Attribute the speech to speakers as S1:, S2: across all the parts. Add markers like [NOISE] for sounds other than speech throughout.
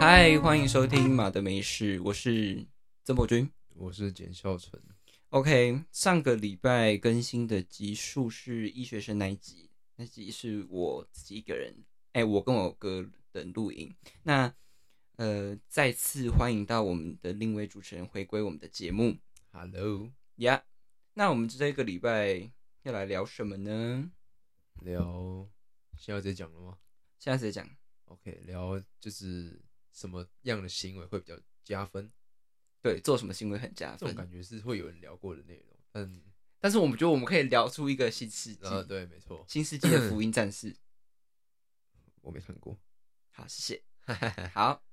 S1: 嗨，欢迎收听《马的没事》，我是曾博君。
S2: 我是简孝纯，
S1: OK，上个礼拜更新的集数是医学生那一集，那集是我自己一个人，哎、我跟我哥的录音。那呃，再次欢迎到我们的另一位主持人回归我们的节目
S2: Hello，
S1: 呀。那我们这个礼拜要来聊什么呢？
S2: 聊现在要直接讲了吗
S1: 现在谁讲？
S2: ？OK，聊就是什么样的行为会比较加分，
S1: 对，做什么行为很加
S2: 这种
S1: 分？
S2: 感觉是会有人聊过的内容，但
S1: 但是我们觉得我们可以聊出一个新世纪，
S2: 呃对，没错，
S1: 新世纪的福音战士。
S2: 我没看过，
S1: 好，谢谢。 [LAUGHS] 好，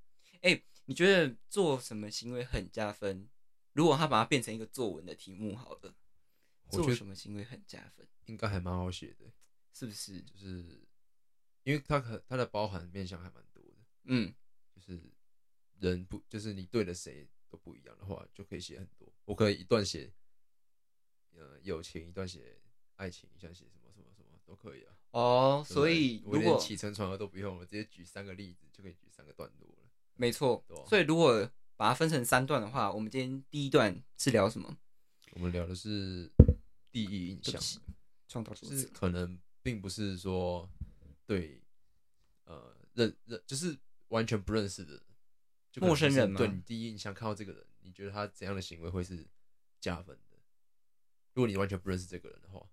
S1: 哎、你觉得做什么行为很加分？如果他把它变成一个作文的题目好了，
S2: 我
S1: 做
S2: 觉
S1: 什
S2: 得
S1: 么行为很加分？
S2: 应该还蛮好写的，
S1: 是不是？
S2: 就是因为它可它的包含面向还蛮多的，
S1: 嗯，
S2: 就是人不就是你对的谁都不一样的话，就可以写很多，我可以一段写呃友情，一段写爱情，一段写什么什么什么都可以啊。
S1: 哦，
S2: 对不
S1: 所
S2: 对
S1: 以
S2: 我
S1: 如
S2: 连
S1: 果
S2: 起承转合都不用，我直接举三个例子就可以举三个段落了。
S1: 没错
S2: 对啊，
S1: 所以如果把它分成三段的话，我们今天第一段是聊什么？
S2: 我们聊的是第一印象，
S1: 创造
S2: 就是可能并不是说对呃认认就是完全不认识的人就可能
S1: 陌生人
S2: 就是
S1: 吗
S2: 对你第一印象看到这个人，你觉得他怎样的行为会是加分的？如果你完全不认识这个人的话，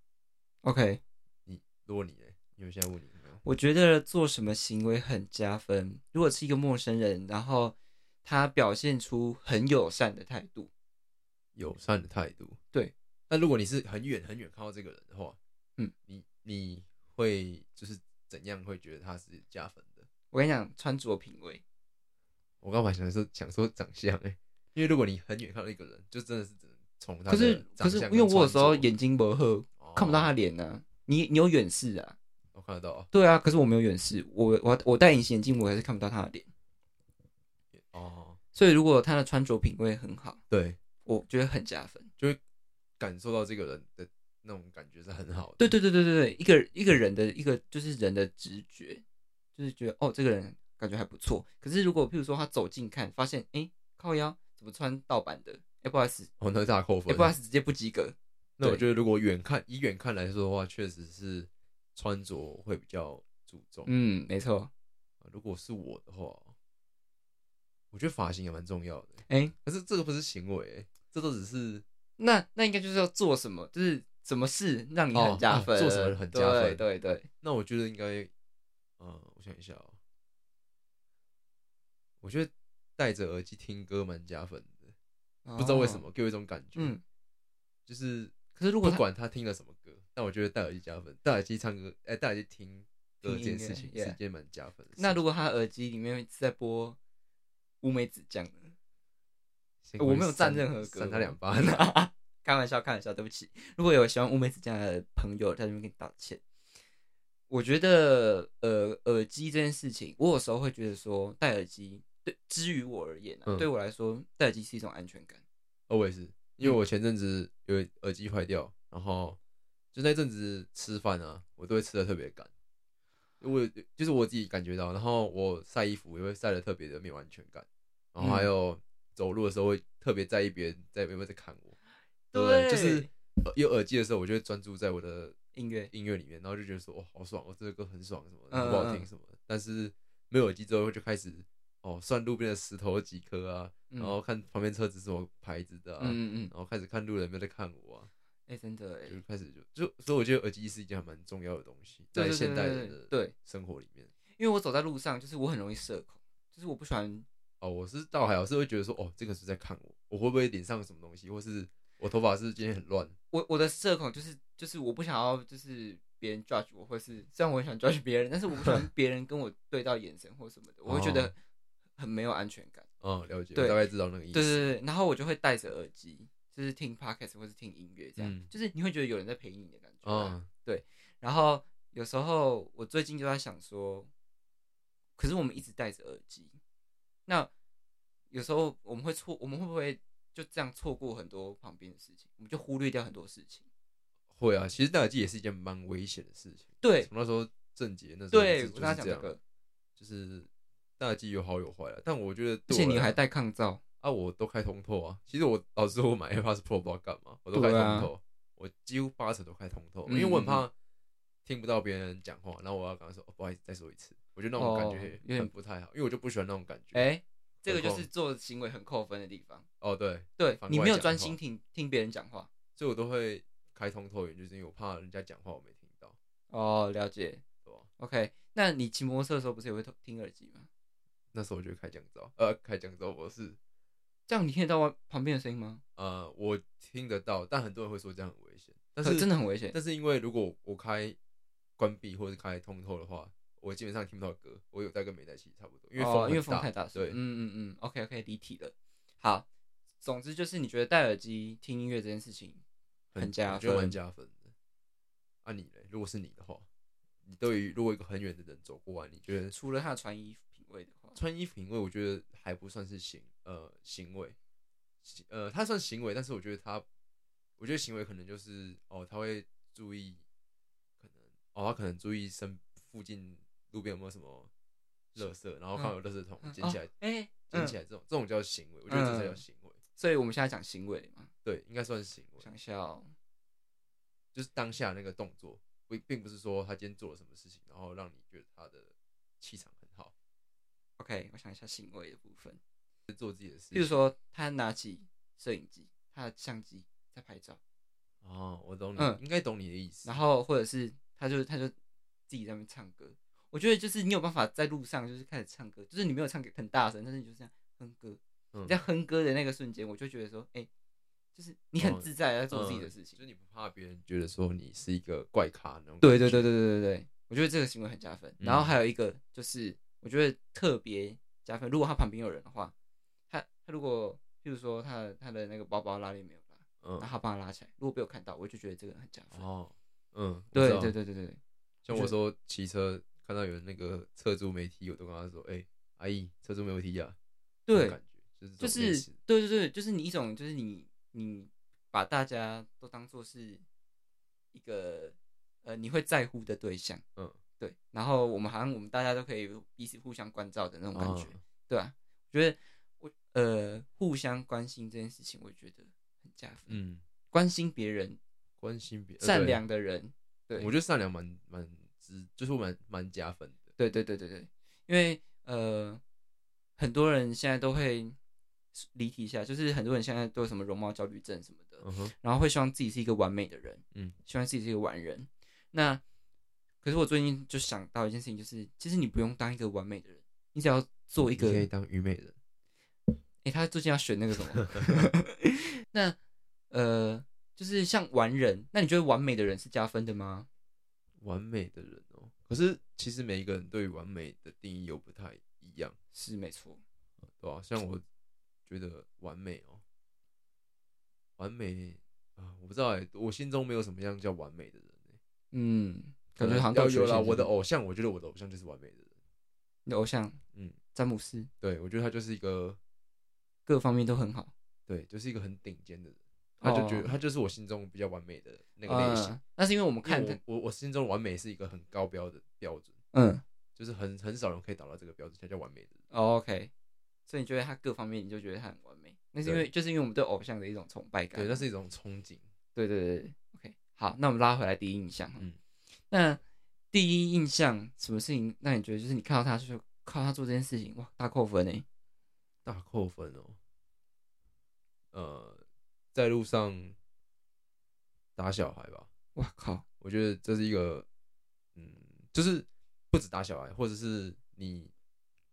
S1: OK，
S2: 你如果你呢？因为现在问你有没有
S1: 我觉得做什么行为很加分。如果是一个陌生人，然后他表现出很友善的态度，
S2: 友善的态度。
S1: 对，
S2: 但如果你是很远很远看到这个人的话，
S1: 嗯，
S2: 你你会就是怎样会觉得他是加分的？
S1: 我跟你讲，穿着品味，
S2: 我刚才想说想说长相哎、欸因为如果你很远看到一个人，就真的是只能从他
S1: 可
S2: 的
S1: 是
S2: 长
S1: 可是
S2: 相，
S1: 因为我有时候
S2: 跟穿着
S1: 眼睛不合，
S2: 哦
S1: 看不到他脸呢、你你有远视啊？
S2: 我看得到
S1: 对啊，可是我没有远视，我我我戴隐形眼镜，我还是看不到他的脸。
S2: 哦，
S1: 所以如果他的穿着品味很好，
S2: 对，
S1: 我觉得很加分。
S2: 感受到这个人的那种感觉是很好的。
S1: 对对对对对对，一个一个人的一个就是人的直觉，就是觉得哦这个人感觉还不错。可是如果譬如说他走近看，发现哎靠腰怎么穿盗版的，哎不好意思，
S2: 哦，那是大扣
S1: 哎
S2: 分。
S1: 不好意思直接不及格。
S2: 那我
S1: 对
S2: 觉得如果远看以远看来说的话，确实是穿着会比较注重。
S1: 嗯，没错。
S2: 如果是我的话，我觉得发型也蛮重要的。欸
S1: 哎，
S2: 可是这个不是行为、欸这都只是
S1: 那那应该就是要做什么，就是什么事让你很加分，
S2: 哦哦做什么很加
S1: 对
S2: 分
S1: 对对，
S2: 那我觉得应该，呃，我想一下哦，我觉得戴着耳机听歌蛮加分的，不知道为什
S1: 哦。
S2: 么给我一种感觉，
S1: 嗯，
S2: 就是
S1: 可是如果
S2: 不
S1: 他
S2: 管他听了什么歌，但我觉得戴耳机加分，戴耳机唱歌，哎、戴耳机听歌
S1: 听
S2: 这件
S1: 音乐
S2: 事情是
S1: yeah
S2: 一件蛮加分的事情。
S1: 那如果他耳机里面是在播乌梅子酱
S2: 哎
S1: 呢？
S2: 先
S1: 我没有
S2: 扇
S1: 站任何歌，哦
S2: 扇他两巴掌。
S1: 掌。 [LAUGHS] 开玩笑，开玩笑，对不起。如果有喜欢乌梅子酱的朋友，在这边跟你道歉。我觉得，呃，耳机这件事情，我有时候会觉得说，戴耳机对，之于我而言、啊
S2: 嗯
S1: 对我来说，戴耳机是一种安全感。
S2: 哦，我也是，因为
S1: 嗯
S2: 我前阵子有耳机坏掉，然后就那阵子吃饭啊，我都会吃的特别赶，我有就是我自己感觉到，然后我晒衣服也会晒的特别的没有安全感，然后还有走路的时候会特别在意别人在有没有在看我，对不对，就是呃有耳机的时候，我就会专注在我的
S1: 音乐，
S2: 音乐里面，然后就觉得说哇好爽，我、哦这个歌很爽什么的，
S1: 嗯
S2: 很好听
S1: 嗯
S2: 什么的，但是没有耳机之后就开始。哦，算路边的石头有几颗啊，
S1: 嗯
S2: 然后看旁边车子是什么牌子的啊，
S1: 嗯嗯嗯，
S2: 然后开始看路人有没有在看我啊，
S1: 哎、真的哎、
S2: 就开始就就，所以我觉得耳机是一件还蛮重要的东西，
S1: 对
S2: 在
S1: 对对
S2: 现代
S1: 对
S2: 人的
S1: 对对
S2: 生活里面。
S1: 因为我走在路上，就是我很容易社恐，就是我不喜欢，
S2: 哦，我是倒还好，是会觉得说，哦，这个是在看我，我会不会脸上有什么东西，或是我头发是今天很乱，
S1: 我我的社恐就是就是我不想要就是别人 judge 我，或是虽然我很喜欢 judge 别人，但是我不喜欢
S2: [LAUGHS]
S1: 别人跟我对到眼神或什么的，我会觉得
S2: 哦
S1: 很没有安全感。
S2: 哦，了解，
S1: 对
S2: 我大概知道那个意思。
S1: 对对对，然后我就会戴着耳机，就是听 podcast 或是听音乐这样，
S2: 嗯
S1: 就是你会觉得有人在陪你的感觉啊、
S2: 哦，
S1: 然后有时候我最近就在想说，可是我们一直戴着耳机，那有时候我们会错，我们会不会就这样错过很多旁边的事情？我们就忽略掉很多事情。
S2: 会啊，其实戴耳机也是一件蛮危险的事情。
S1: 对
S2: 从那时候郑杰那时候
S1: 对，
S2: 就
S1: 我
S2: 是
S1: 跟他
S2: 就
S1: 讲
S2: 是这
S1: 这
S2: 样，
S1: 个，
S2: 就是大机有好有坏啊了，但我觉得
S1: 而
S2: 对我
S1: 且
S2: 来
S1: 你还
S2: 讲
S1: 戴抗罩，
S2: 啊，我都开通透啊。其实我老实说，我买 AirPods Pro 不知道干嘛，我都开
S1: 对
S2: 通
S1: 啊
S2: 透，我几乎八成都开通透，
S1: 嗯
S2: 因为我很怕听不到别人讲话，然后我要跟他说、哦、不好意思，再说一次。我觉得那种感
S1: 哦
S2: 觉
S1: 有点
S2: 很不太好，因为我就不喜欢那种感觉。
S1: 哎、这个
S2: 何
S1: 就
S2: 况
S1: 是做行为很扣分的地方。
S2: 哦对，
S1: 对
S2: 反过来
S1: 你没有
S2: 讲
S1: 专
S2: 话
S1: 心听听别人讲话。
S2: 所以我都会开通透源，就是因为我怕人家讲话我没听到，
S1: 哦，了解。
S2: 啊对啊吧？
S1: OK，那你骑摩托车的时候不是也会偷听耳机吗？
S2: 那时候我就开降噪，呃，开降噪模式，
S1: 这样你听得到外旁边的声音吗？
S2: 呃，我听得到，但很多人会说这样很危险，但
S1: 可
S2: 是
S1: 真的很危险。
S2: 但是因为如果我开关闭或者开通透的话，我基本上听不到歌，我有带跟没带其实差不多，因为风、
S1: 哦、因为风太大声。
S2: 对，
S1: 嗯嗯嗯，OK OK，离题了。好，总之就是你觉得戴耳机听音乐这件事情很加
S2: 我觉得蛮
S1: 分。
S2: 加分的。啊，你嘞？如果是你的话，你对于如果一个很远的人走过来，你觉得
S1: 除了他的穿衣品味的话，
S2: 穿衣服品味，我觉得还不算是行呃行为，行呃，它算行为，但是我觉得它，我觉得行为可能就是哦，他会注意，可能哦，他可能注意身附近路边有没有什么垃圾，然后看有垃圾桶、捡起来，
S1: 嗯哦哎、
S2: 捡、
S1: 嗯
S2: 起来这种这种叫行为，我觉得这才叫
S1: 嗯
S2: 行为，
S1: 所以我们现在讲行为嘛，
S2: 对，应该算是行
S1: 我
S2: 为，
S1: 想一下哦。
S2: 就是当下那个动作，不并不是说他今天做了什么事情，然后让你觉得他的气场很好，
S1: OK，我想一下行为的部分。
S2: 做自己的事情。
S1: 例如说，他拿起摄影机，他的相机在拍照，
S2: 哦，我懂你，
S1: 嗯
S2: 应该懂你的意思。
S1: 然后或者是他就他就自己在那边唱歌。我觉得就是你有办法在路上就是开始唱歌，就是你没有唱给很大声，但是你就这样哼歌。
S2: 嗯
S1: 你在哼歌的那个瞬间，我就觉得说，哎、就是你
S2: 哦
S1: 很自在地在做自己的事情。
S2: 就是你不怕别人觉得说你是一个怪咖那种。
S1: 对对对对，对对对，我觉得这个行为很加分。
S2: 嗯
S1: 然后还有一个就是，我觉得特别加分，如果他旁边有人的话，他他如果譬如说他的他的那个包包拉链没有拉，
S2: 嗯
S1: 然后，他帮他拉起来，如果被我看到，我就觉得这个人很加分。
S2: 哦，嗯，
S1: 对
S2: 我知道
S1: 对，对对对对，
S2: 像
S1: 我
S2: 我
S1: 觉
S2: 说骑车看到有人那个车主没踢，我都跟他说，哎，阿姨，车主没有踢啊。这种
S1: 对
S2: 感觉就是这
S1: 就
S2: 种类
S1: 是
S2: 似
S1: 对对对，就是你一种就是你你把大家都当做是一个呃你会在乎的对象，
S2: 嗯
S1: 对，然后我们好像我们大家都可以彼此互相关照的那种感觉，
S2: 啊
S1: 对啊，我觉得我呃互相关心这件事情，我觉得很加分，
S2: 嗯，
S1: 关心别人，
S2: 关心别人，呃
S1: 善良的人，
S2: 对，
S1: 对
S2: 我觉得善良蛮蛮值，就是蛮蛮加分的。
S1: 对对对对对，因为呃，很多人现在都会离题一下，就是很多人现在都有什么容貌焦虑症什么的，
S2: 嗯哼，
S1: 然后会希望自己是一个完美的人，
S2: 嗯，
S1: 希望自己是一个完人。那可是我最近就想到一件事情，就是其实你不用当一个完美的人，你只要做一个
S2: 你，可以当愚昧人，
S1: 诶，他最近要选那个什
S2: [LAUGHS]
S1: 么？那呃，就是像完人，那你觉得完美的人是加分的吗？
S2: 完美的人哦。可是其实每一个人对于完美的定义又不太一样。
S1: 是没错，
S2: 对吧、像我觉得完美哦、完美啊、我不知道哎、我心中没有什么样叫完美的人、欸。
S1: 嗯，感觉
S2: 可能
S1: 好像都
S2: 要有啦，
S1: 缺陷
S2: 我
S1: 是
S2: 的
S1: 不是
S2: 偶像，我觉得我的偶像就是完美的人。
S1: 你的偶像，
S2: 嗯，
S1: 詹姆斯，
S2: 对，我觉得他就是一个，
S1: 各方面都很好。
S2: 对，就是一个很顶尖的人。他就觉得、
S1: 哦
S2: 他就是我心中比较完美的那个类型。
S1: 嗯那是因为我们
S2: 看
S1: 看的，
S2: 我我我心中完美是一个很高标的标准，
S1: 嗯、
S2: 就是很很少人可以达到这个标准才叫完美的人。
S1: 哦、，OK，所以你觉得他各方面你就觉得他很完美，那是因为就是因为我们对偶像的一种崇拜感。
S2: 对，那是一种憧憬。
S1: 对对对对，OK，好，那我们拉回来第一印象。嗯
S2: 嗯，
S1: 那第一印象什么事情让你觉得就是你看到他就是靠他做这件事情，哇，大扣分哎。
S2: 大扣分哦。呃，在路上打小孩吧，
S1: 哇靠，
S2: 我觉得这是一个，嗯，就是不止打小孩，或者是你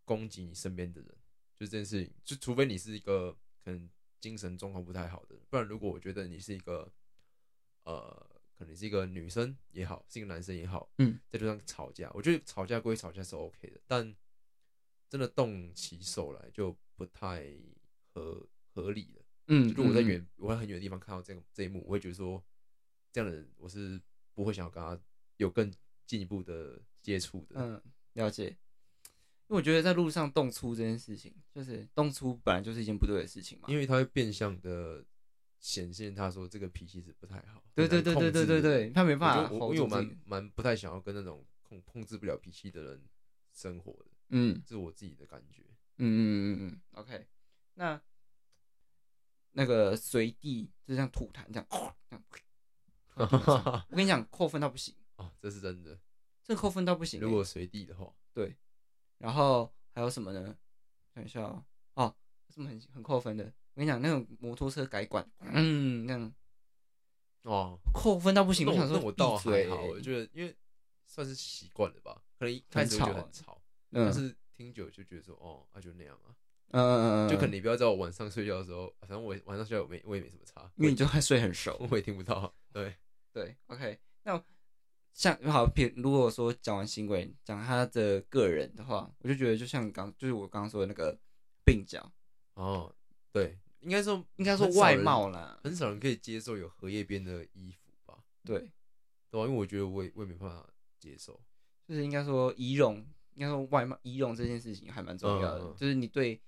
S2: 攻击你身边的人，就这件事情，就除非你是一个可能精神状况不太好的人，不然如果我觉得你是一个，呃，可能是一个女生也好，是一个男生也好，
S1: 嗯，
S2: 在路上吵架，我觉得吵架归吵架是 OK 的，但真的动起手来就不太合合理了。
S1: 嗯，
S2: 如果我在
S1: 嗯，
S2: 远，我在很远的地方看到这个这一幕，我会觉得说，这样的人我是不会想要跟他有更进一步的接触的。
S1: 嗯，了解。因为我觉得在路上动粗这件事情，就是动粗本来就是一件不对的事情嘛。
S2: 因为他会变相的显现他说这个脾气是不太好。
S1: 对对对对
S2: 很难
S1: 对
S2: 控制
S1: 对
S2: 的
S1: 对，他没
S2: 我
S1: 办
S2: 就
S1: 法
S2: 我
S1: hold
S2: 因为
S1: 住
S2: 我
S1: 自己
S2: 蛮蛮不太想要跟那种控控制不了脾气的人生活的。
S1: 嗯
S2: 这是我自己的感觉。
S1: 嗯嗯嗯嗯，OK，那那个随地就像吐痰这样，这样吐到地上我跟你讲，扣分到不行，
S2: 哦，这是真的。
S1: 这扣分到不行欸、
S2: 如果随地的话，
S1: 然后还有什么呢？等一下哦，哦，有什么很很扣分的？我跟你讲，那种摩托车改管，嗯，那样
S2: 哦，
S1: 扣分到不行。
S2: 那
S1: 我
S2: 我
S1: 想说
S2: 那我倒
S1: 闭嘴欸
S2: 还好，我觉得因为算是习惯了吧，可能一开
S1: 很
S2: 始
S1: 吵
S2: 会觉得
S1: 欸
S2: 很吵，但
S1: 嗯
S2: 是听久就觉得说，哦，啊就那样啊，
S1: 嗯，
S2: 就可能你不要在我晚上睡觉的时候，反正我也晚上睡觉我没我也没什么差，
S1: 因为你就还睡很熟。
S2: 我也听不到。对，
S1: 对，OK，那像好，譬如如果说讲完行为，讲他的个人的话，我就觉得就像你刚，就是我刚刚说的那个鬓角，
S2: 哦，对，应该说
S1: 应该说
S2: 很少
S1: 外
S2: 人
S1: 貌啦，
S2: 很少人可以接受有荷叶边的衣服吧？
S1: 对，
S2: 对、啊，因为我觉得我也我也没办法接受。
S1: 就是应该说仪容，应该说外貌仪容这件事情还蛮重要的，
S2: 嗯嗯
S1: 就是你对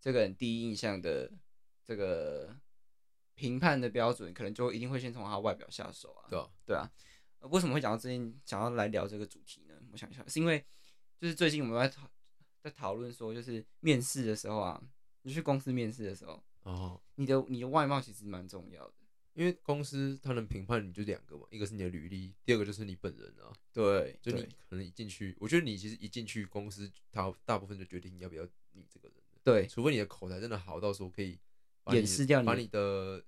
S1: 这个人第一印象的这个评判的标准，可能就一定会先从他外表下手啊，
S2: 对啊，
S1: 对啊，呃为什么会讲到最近想要来聊这个主题呢？我想一下，是因为就是最近我们在讨在讨论说，就是面试的时候啊，你去公司面试的时候，
S2: 哦，
S1: 你的你的外貌其实蛮重要的。
S2: 因为公司它能评判你就两个嘛，一个是你的履历，第二个就是你本人啊。
S1: 对，
S2: 就你可能一进去，我觉得你其实一进去公司，它大部分就决定要不要你这个人了，
S1: 对
S2: 除非你的口才真的好到说可以把你的
S1: 掩饰掉你的
S2: 把你的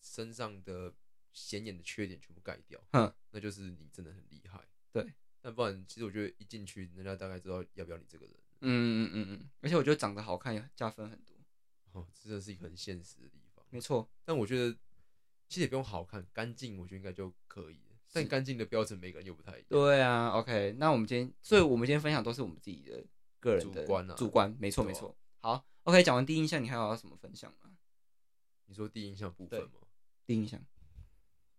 S2: 身上的显眼的缺点全部盖掉，
S1: 哼，
S2: 那就是你真的很厉害。
S1: 对，
S2: 但不然其实我觉得一进去，人家大概知道要不要你这个人。
S1: 嗯嗯嗯嗯，而且我觉得长得好看也加分很多。
S2: 哦，这真的是一个很现实的地方。
S1: 没错，
S2: 但我觉得其实也不用好看，干净我觉得应该就可以了。但干净的标准每个人又不太一样。
S1: 对啊，OK，那我们今天，所以我们今天分享都是我们自己的个人的
S2: 主观啊
S1: 主观，没错
S2: 对
S1: 没
S2: 啊
S1: 错。好，OK，讲完第一印象，你还有要什么分享吗？
S2: 你说第一印象部分
S1: 对
S2: 吗？
S1: 第一印象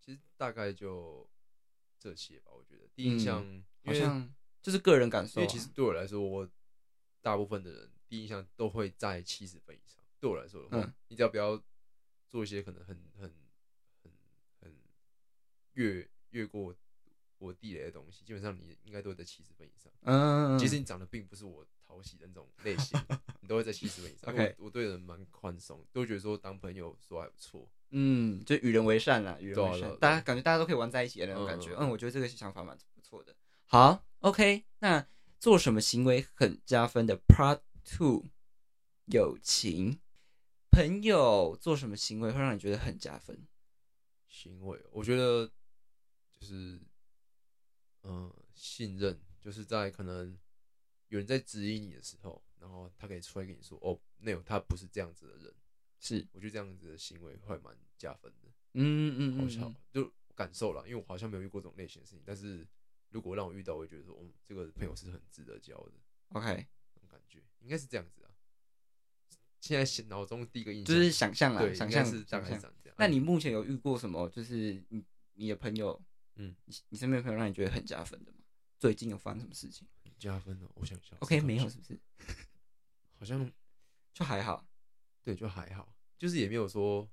S2: 其实大概就这些吧，我觉得第一印象，因
S1: 嗯好
S2: 为
S1: 像就是个人感受啊、
S2: 因为其实对我来说，我大部分的人第一印象都会在七十分以上。对我来说的话，
S1: 嗯
S2: 你只要不要做一些可能很很很很越越过我地雷的东西，基本上你应该都会在七十分以上。
S1: 嗯，嗯，嗯
S2: 即使你长得并不是我讨喜的那种类
S1: [LAUGHS]
S2: 型，你都会在七十分以上。
S1: OK
S2: 我我对人蛮宽松，都觉得说当朋友说还不错。
S1: 嗯，就与人为善啦，与人为
S2: 对啊对啊
S1: 善
S2: 对，啊
S1: 大家感觉大家都可以玩在一起的那种感觉。
S2: 嗯嗯
S1: 嗯，我觉得这个想法蛮不错的。好，OK，那做什么行为很加分的 Part Two，友情，朋友做什么行为会让你觉得很加分？
S2: 行为，哦我觉得就是，嗯、信任，就是在可能有人在质疑你的时候，然后他可以出来跟你说，哦，那有他不是这样子的人，
S1: 是，
S2: 我觉得这样子的行为会蛮加分的，
S1: 嗯嗯
S2: 好
S1: 嗯
S2: 像
S1: 嗯，
S2: 就感受了，因为我好像没有遇过这种类型的事情，但是如果让我遇到，我会觉得说，嗯，这个朋友是很值得交的，
S1: ，OK，
S2: 那种感觉应该是这样子啊。现在心脑中第一个印象
S1: 就是想象啦，
S2: 对，
S1: 想
S2: 应该
S1: 象
S2: 是大
S1: 想
S2: 概是
S1: 象。
S2: 长这样。
S1: 那你目前有遇过什么？就是你你的朋友，
S2: 嗯，
S1: 你你身边的朋友让你觉得很加分的吗？最近有发生什么事情
S2: 你哎加分哦了，我想一下
S1: ？OK，
S2: 思考一
S1: 没有，
S2: 下
S1: 是不是？
S2: 好像
S1: 就还好。
S2: 对，就还好，就是也没有说，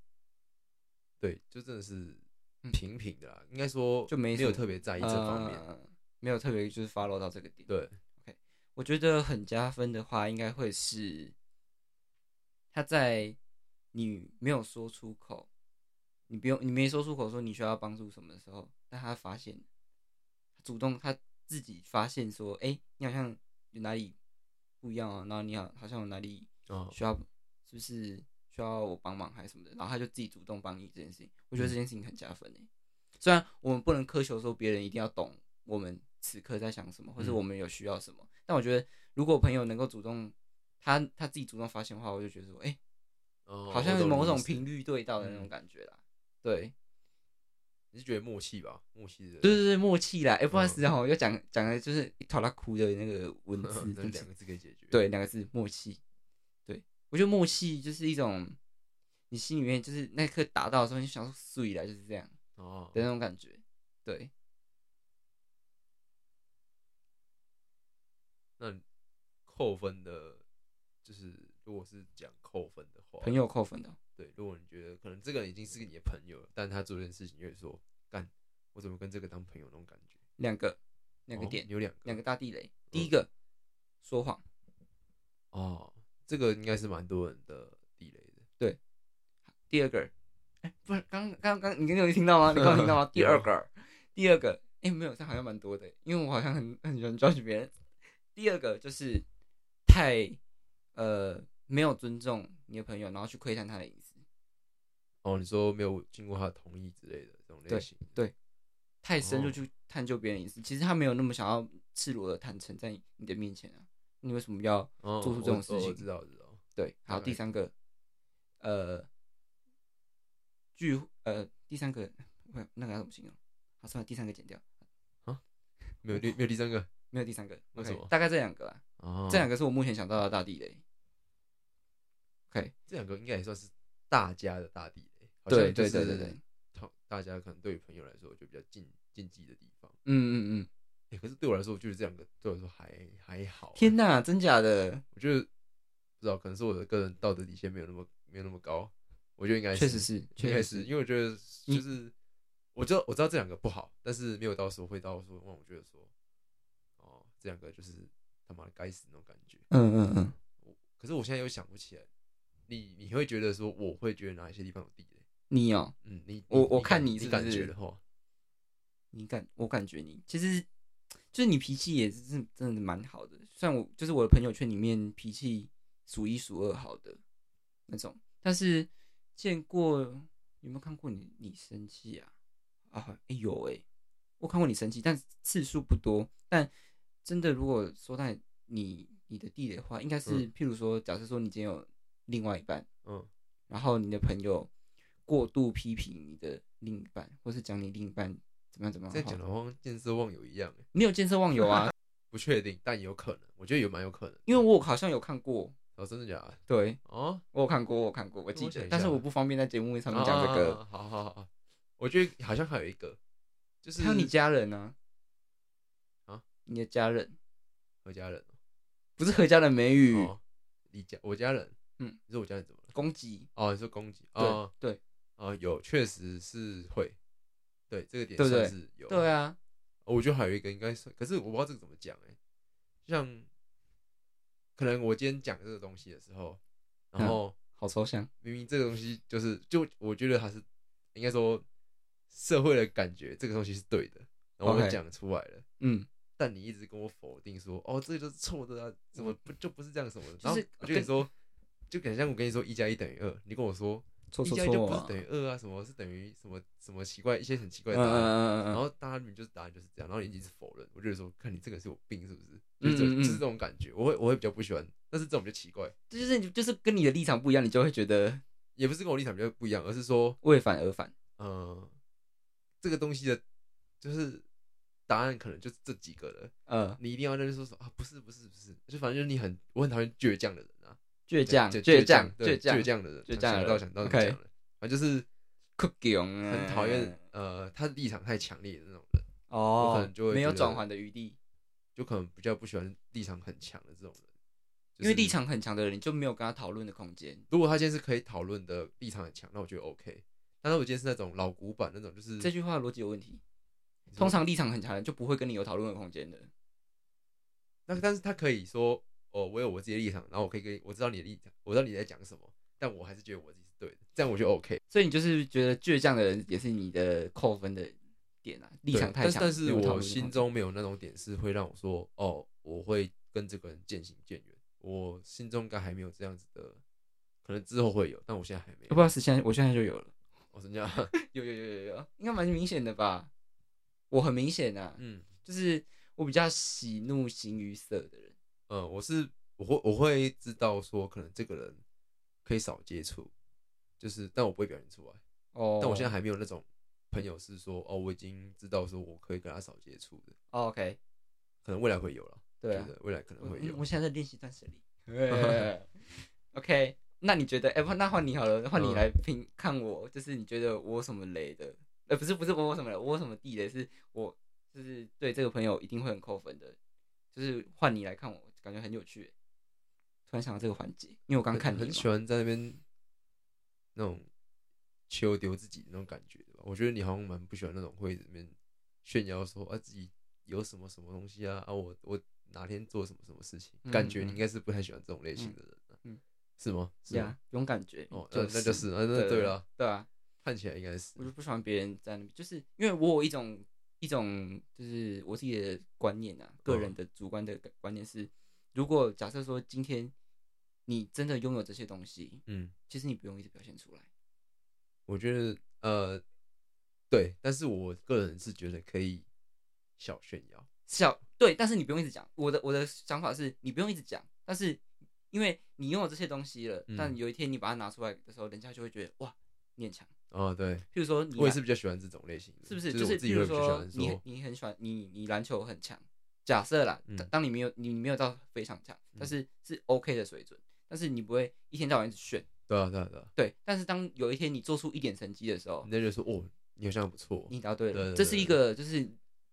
S2: 对，就真的是
S1: 嗯
S2: 平平的啦。应该说
S1: 就没
S2: 没有
S1: 什么
S2: 特别在意这方面。
S1: 呃没有特别就是 follow 到这个点。
S2: 对，
S1: 我觉得很加分的话，应该会是他在你没有说出口，你不用你没说出口说你需要帮助什么的时候，但他发现，他主动他自己发现说，哎、你好像有哪里不一样啊，然后你好好像有哪里
S2: 哦，
S1: 需要，是不是需要我帮忙还是什么的？然后他就自己主动帮你这件事情，我觉
S2: 嗯
S1: 得这件事情很加分诶、欸虽然我们不能苛求说别人一定要懂我们此刻在想什么，或是
S2: 嗯
S1: 我们有需要什么，但我觉得如果朋友能够主动，他他自己主动发现的话，我就觉得说，哎、
S2: 哦
S1: 好像有某种，
S2: 我懂你意
S1: 频
S2: 思
S1: 率对到的那种
S2: 嗯
S1: 感觉啦。对，
S2: 你是觉得默契吧？默契的，
S1: 对对对，默契啦。哎、不好意思
S2: 嗯
S1: 哦，又讲讲的就是一头拉哭的那个
S2: [LAUGHS]
S1: 文字，
S2: 那
S1: 真是
S2: 两个字可以解决。
S1: 对，两个字默契。对我觉得默契就是一种，你心里面就是那一刻达到的时候，你就想说“碎了”，就是这样
S2: 哦，
S1: 的那种感觉。对，
S2: 那你扣分的，就是如果是讲扣分的话，
S1: 朋友扣分的哦，
S2: 对，如果你觉得可能这个人已经是你的朋友了，但他做这件事情，就会说干，我怎么跟这个当朋友那种感觉？
S1: 两个，两个
S2: 哦
S1: 点，
S2: 有两个，
S1: 两个大地雷。
S2: 嗯
S1: 第一个，说谎，
S2: 哦这个应该是蛮多人的地雷的。
S1: 第二个，哎、不是刚刚刚你刚刚有听到吗？你刚刚有听到
S2: [LAUGHS]
S1: 吗？第二个，第二个，哎、没有，这好像蛮多的，因为我好像很很喜欢 judge 别人。第二个就是太呃没有尊重你的朋友，然后去窥探他的隐私，
S2: 哦，你说没有经过他的同意之类的这种类型，
S1: 太深入
S2: 哦
S1: 去探究别人的隐私，其实他没有那么想要赤裸的坦诚在你的面前啊，你为什么要
S2: 哦
S1: 做出这种
S2: 我
S1: 事情
S2: 我知道，我知道。
S1: 对，好，
S2: 概
S1: 第三个，呃，聚呃，第三个，我那个要怎么形容？好，算了，第三个剪掉，
S2: 没有第没有第三个
S1: 没有第三个
S2: 为
S1: ，OK，
S2: 什么
S1: 大概这两个啊，
S2: 哦，
S1: 这两个是我目前想到的大地雷。OK，
S2: 这两个应该也算是大家的大地雷，好
S1: 对
S2: 像
S1: 对
S2: 就
S1: 对
S2: 是
S1: 对对，
S2: 同大家可能对于朋友来说就比较禁禁忌的地方。
S1: 嗯嗯嗯，
S2: 哎，可是对我来说，我觉得这两个对我来说还还好。欸
S1: 天，哪，真假的？
S2: 我觉得不知道，可能是我的个人道德底线没有那么没有那么高，我觉得应该
S1: 确实是，
S2: 应
S1: 确实
S2: 该是，
S1: 是，
S2: 因为我觉得
S1: 嗯
S2: 就是我知道我知道这两个不好，但是没有到说会到说让我觉得说哦，这两个就是他妈的该死那种感觉。
S1: 嗯嗯嗯，
S2: 我可是我现在又想不起来，你你会觉得说我会觉得哪一些地方有地雷？
S1: 你哦，
S2: 嗯，你
S1: 我
S2: 你
S1: 我看
S2: 感
S1: 你是
S2: 你
S1: 不
S2: 感
S1: 是哦
S2: 觉的话，
S1: 你感我感觉你其实就是你脾气也是真真的蛮好的，虽然我就是我的朋友圈里面脾气数一数二好的那种，但是见过有没有看过你你生气啊？啊，哎、有哎、我看过你生气，但次数不多。但真的如果说到你你的地雷的话，应该是、譬如说，假设说你今天有另外一半，
S2: 嗯，
S1: 然后你的朋友过度批评你的另一半，或是讲你另一半怎么样怎么
S2: 这
S1: 样
S2: 样
S1: 好
S2: 讲，的话，见色忘友一样欸，
S1: 你有见色忘友啊？
S2: 不确定，但有可能，我觉得有蛮有可能。
S1: 因为我好像有看过，
S2: 哦，真的假的？
S1: 对
S2: 哦，
S1: 我有看过，我有看过，我记
S2: 我想
S1: 得
S2: 一，下
S1: 但是我不方便在节目上面讲这个。
S2: 啊好好好，我觉得好像还有一个，就是
S1: 还有你家人呢、
S2: 啊
S1: 你的家人
S2: 和家人
S1: 不是和家人美语、
S2: 哦，你家我家人，
S1: 嗯，
S2: 你说我家人怎么了？
S1: 攻击，
S2: 哦，你说攻击？
S1: 对、
S2: 哦
S1: 对
S2: 哦，有，确实是会，对这个点
S1: 对不对
S2: 算是有。
S1: 对啊，
S2: 哦我觉得还有一个应该是，可是我不知道这个怎么讲哎、就像可能我今天讲这个东西的时候，
S1: 嗯
S2: 然后
S1: 好抽象。
S2: 明明这个东西就是，就我觉得它是应该说社会的感觉，这个东西是对的，然后我
S1: OK
S2: 讲出来了。
S1: 嗯，
S2: 但你一直跟我否定说，哦，这个就是错的啊，怎么不就不是这样什么的？
S1: 就
S2: 然后
S1: 是
S2: 我就跟你说，就很像我跟你说一加一等于二，你跟我说
S1: 错
S2: 一
S1: 错
S2: 加一就
S1: 错
S2: 不是
S1: 啊！
S2: 等于二啊，什么是等于什么什么奇怪一些很奇怪
S1: 嗯
S2: 的答案，
S1: 嗯嗯
S2: 啊
S1: 嗯
S2: 然后大家明明就是答案就是这样，然后你一直否认，我就觉得说，看你这个是有病是不是？就是这
S1: 嗯嗯嗯
S2: 就是这种感觉，我会我会比较不喜欢，但是这种就奇怪，
S1: 这就是你就是跟你的立场不一样，你就会觉得
S2: 也不是跟我立场比较不一样，而是说，
S1: 为反而反。
S2: 呃，这个东西的，就是答案可能就是这几个了，
S1: 呃，
S2: 你一定要在那边说什么啊？不是不是不是，就反正就是你很我很讨厌倔强的人啊，
S1: 倔
S2: 倔
S1: 强，
S2: 倔
S1: 强，
S2: 对
S1: 倔强
S2: 倔，强的人，
S1: 倔强的
S2: 想
S1: 人
S2: 到想到
S1: OK
S2: 讲了，反正就是
S1: 倔强啊，
S2: 很讨厌呃，他的立场太强烈的那种人，
S1: 哦，
S2: 我可能就会
S1: 没有
S2: 觉得
S1: 转换的余地，
S2: 就可能比较不喜欢立场很强的这种人，就
S1: 因
S2: 是
S1: 为立场很强的人，你就没有跟他讨论的空间。
S2: 如果他今天是可以讨论的立场很强，那我觉得 OK。但是我今天是那种老古板那种，就是
S1: 这句话逻辑有问题。
S2: 嗯你说
S1: 通常立场很强的人就不会跟你有讨论的空间的。
S2: 那但是他可以说哦，我有我自己的立场，然后我可以跟你我知道你的立场，我知道你在讲什么，但我还是觉得我自己是对的，这样我就 OK。
S1: 所以你就是觉得倔强的人也是你的扣分的点啊，立场
S2: 对
S1: 太强。
S2: 但是但
S1: 没有讨
S2: 是
S1: 论
S2: 我
S1: 的
S2: 心
S1: 空间
S2: 中没有那种点是会让我说哦，我会跟这个人渐行渐远。我心中应该还没有这样子的，可能之后会有，但我现在还没
S1: 要不
S2: 有。
S1: 要是现在，我现在就有了，
S2: 我是这样，
S1: 有有有有有，应该蛮明显的吧？我很明显啊，
S2: 嗯
S1: 就是我比较喜怒形于色的人。
S2: 呃，我是我会我会知道说，可能这个人可以少接触，就是但我不会表现出来。
S1: 哦，
S2: 但我现在还没有那种朋友是说，哦，我已经知道说我可以跟他少接触的，
S1: 哦 OK，
S2: 可能未来会有了，
S1: 对
S2: 觉
S1: 啊，
S2: 得未来可能
S1: 我
S2: 会
S1: 嗯
S2: 有
S1: 我。现在在练习断舍离。
S2: [LAUGHS]
S1: 对 [LAUGHS] OK，那你觉得？哎、不，那换你好了，换你
S2: 嗯
S1: 来评、看我，就是你觉得我有什么雷的？呃，不是不是我有什么雷，我有什么地雷？是我就是对这个朋友一定会很扣分的，就是换你来看我，感觉很有趣。突然想到这个环节，因为我刚
S2: 很
S1: 看你
S2: 很
S1: 嘛
S2: 喜欢在那边那种求丢自己的那种感觉的吧？我觉得你好像蛮不喜欢那种会里面炫耀说啊自己有什么什么东西啊啊我我哪天做什么什么事情，
S1: 嗯
S2: 感觉你
S1: 嗯
S2: 应该是不太喜欢这种类型的人啊、
S1: 嗯
S2: 是吗？是
S1: 对
S2: 吗？
S1: 啊，勇敢觉
S2: 哦，那那就是，那
S1: 对
S2: 那对了，，
S1: 对啊，
S2: 看起来应该是
S1: 我就不喜欢别人在那边，就是因为我有一种一种就是我自己的观念啊，个
S2: 嗯
S1: 人的主观的观念是，如果假设说今天你真的拥有这些东西，
S2: 嗯，
S1: 其实你不用一直表现出来。
S2: 我觉得呃，对，但是我个人是觉得可以小炫耀，
S1: 小对，但是你不用一直讲。我的我的想法是你不用一直讲，但是因为你拥有这些东西了，
S2: 嗯
S1: 但有一天你把它拿出来的时候，人家就会觉得哇，你很强。
S2: 哦，对，
S1: 譬如说你
S2: 我也
S1: 篮，
S2: 是比较喜欢这种类型的，
S1: 是不是？
S2: 就是
S1: 是
S2: 我自己
S1: 譬
S2: 会
S1: 如
S2: 比较喜欢
S1: 你很
S2: 说，
S1: 你很喜欢你你篮球很强，假设啦，
S2: 嗯
S1: 当当你没有你没有到非常强，但是是 OK 的水准，但是你不会一天到晚一直炫。
S2: 对啊，对啊，对啊，
S1: 对，但是当有一天你做出一点成绩的时候
S2: 人，家就说哦，你好像不错，
S1: 你答对
S2: 对对
S1: 了，这是一个就是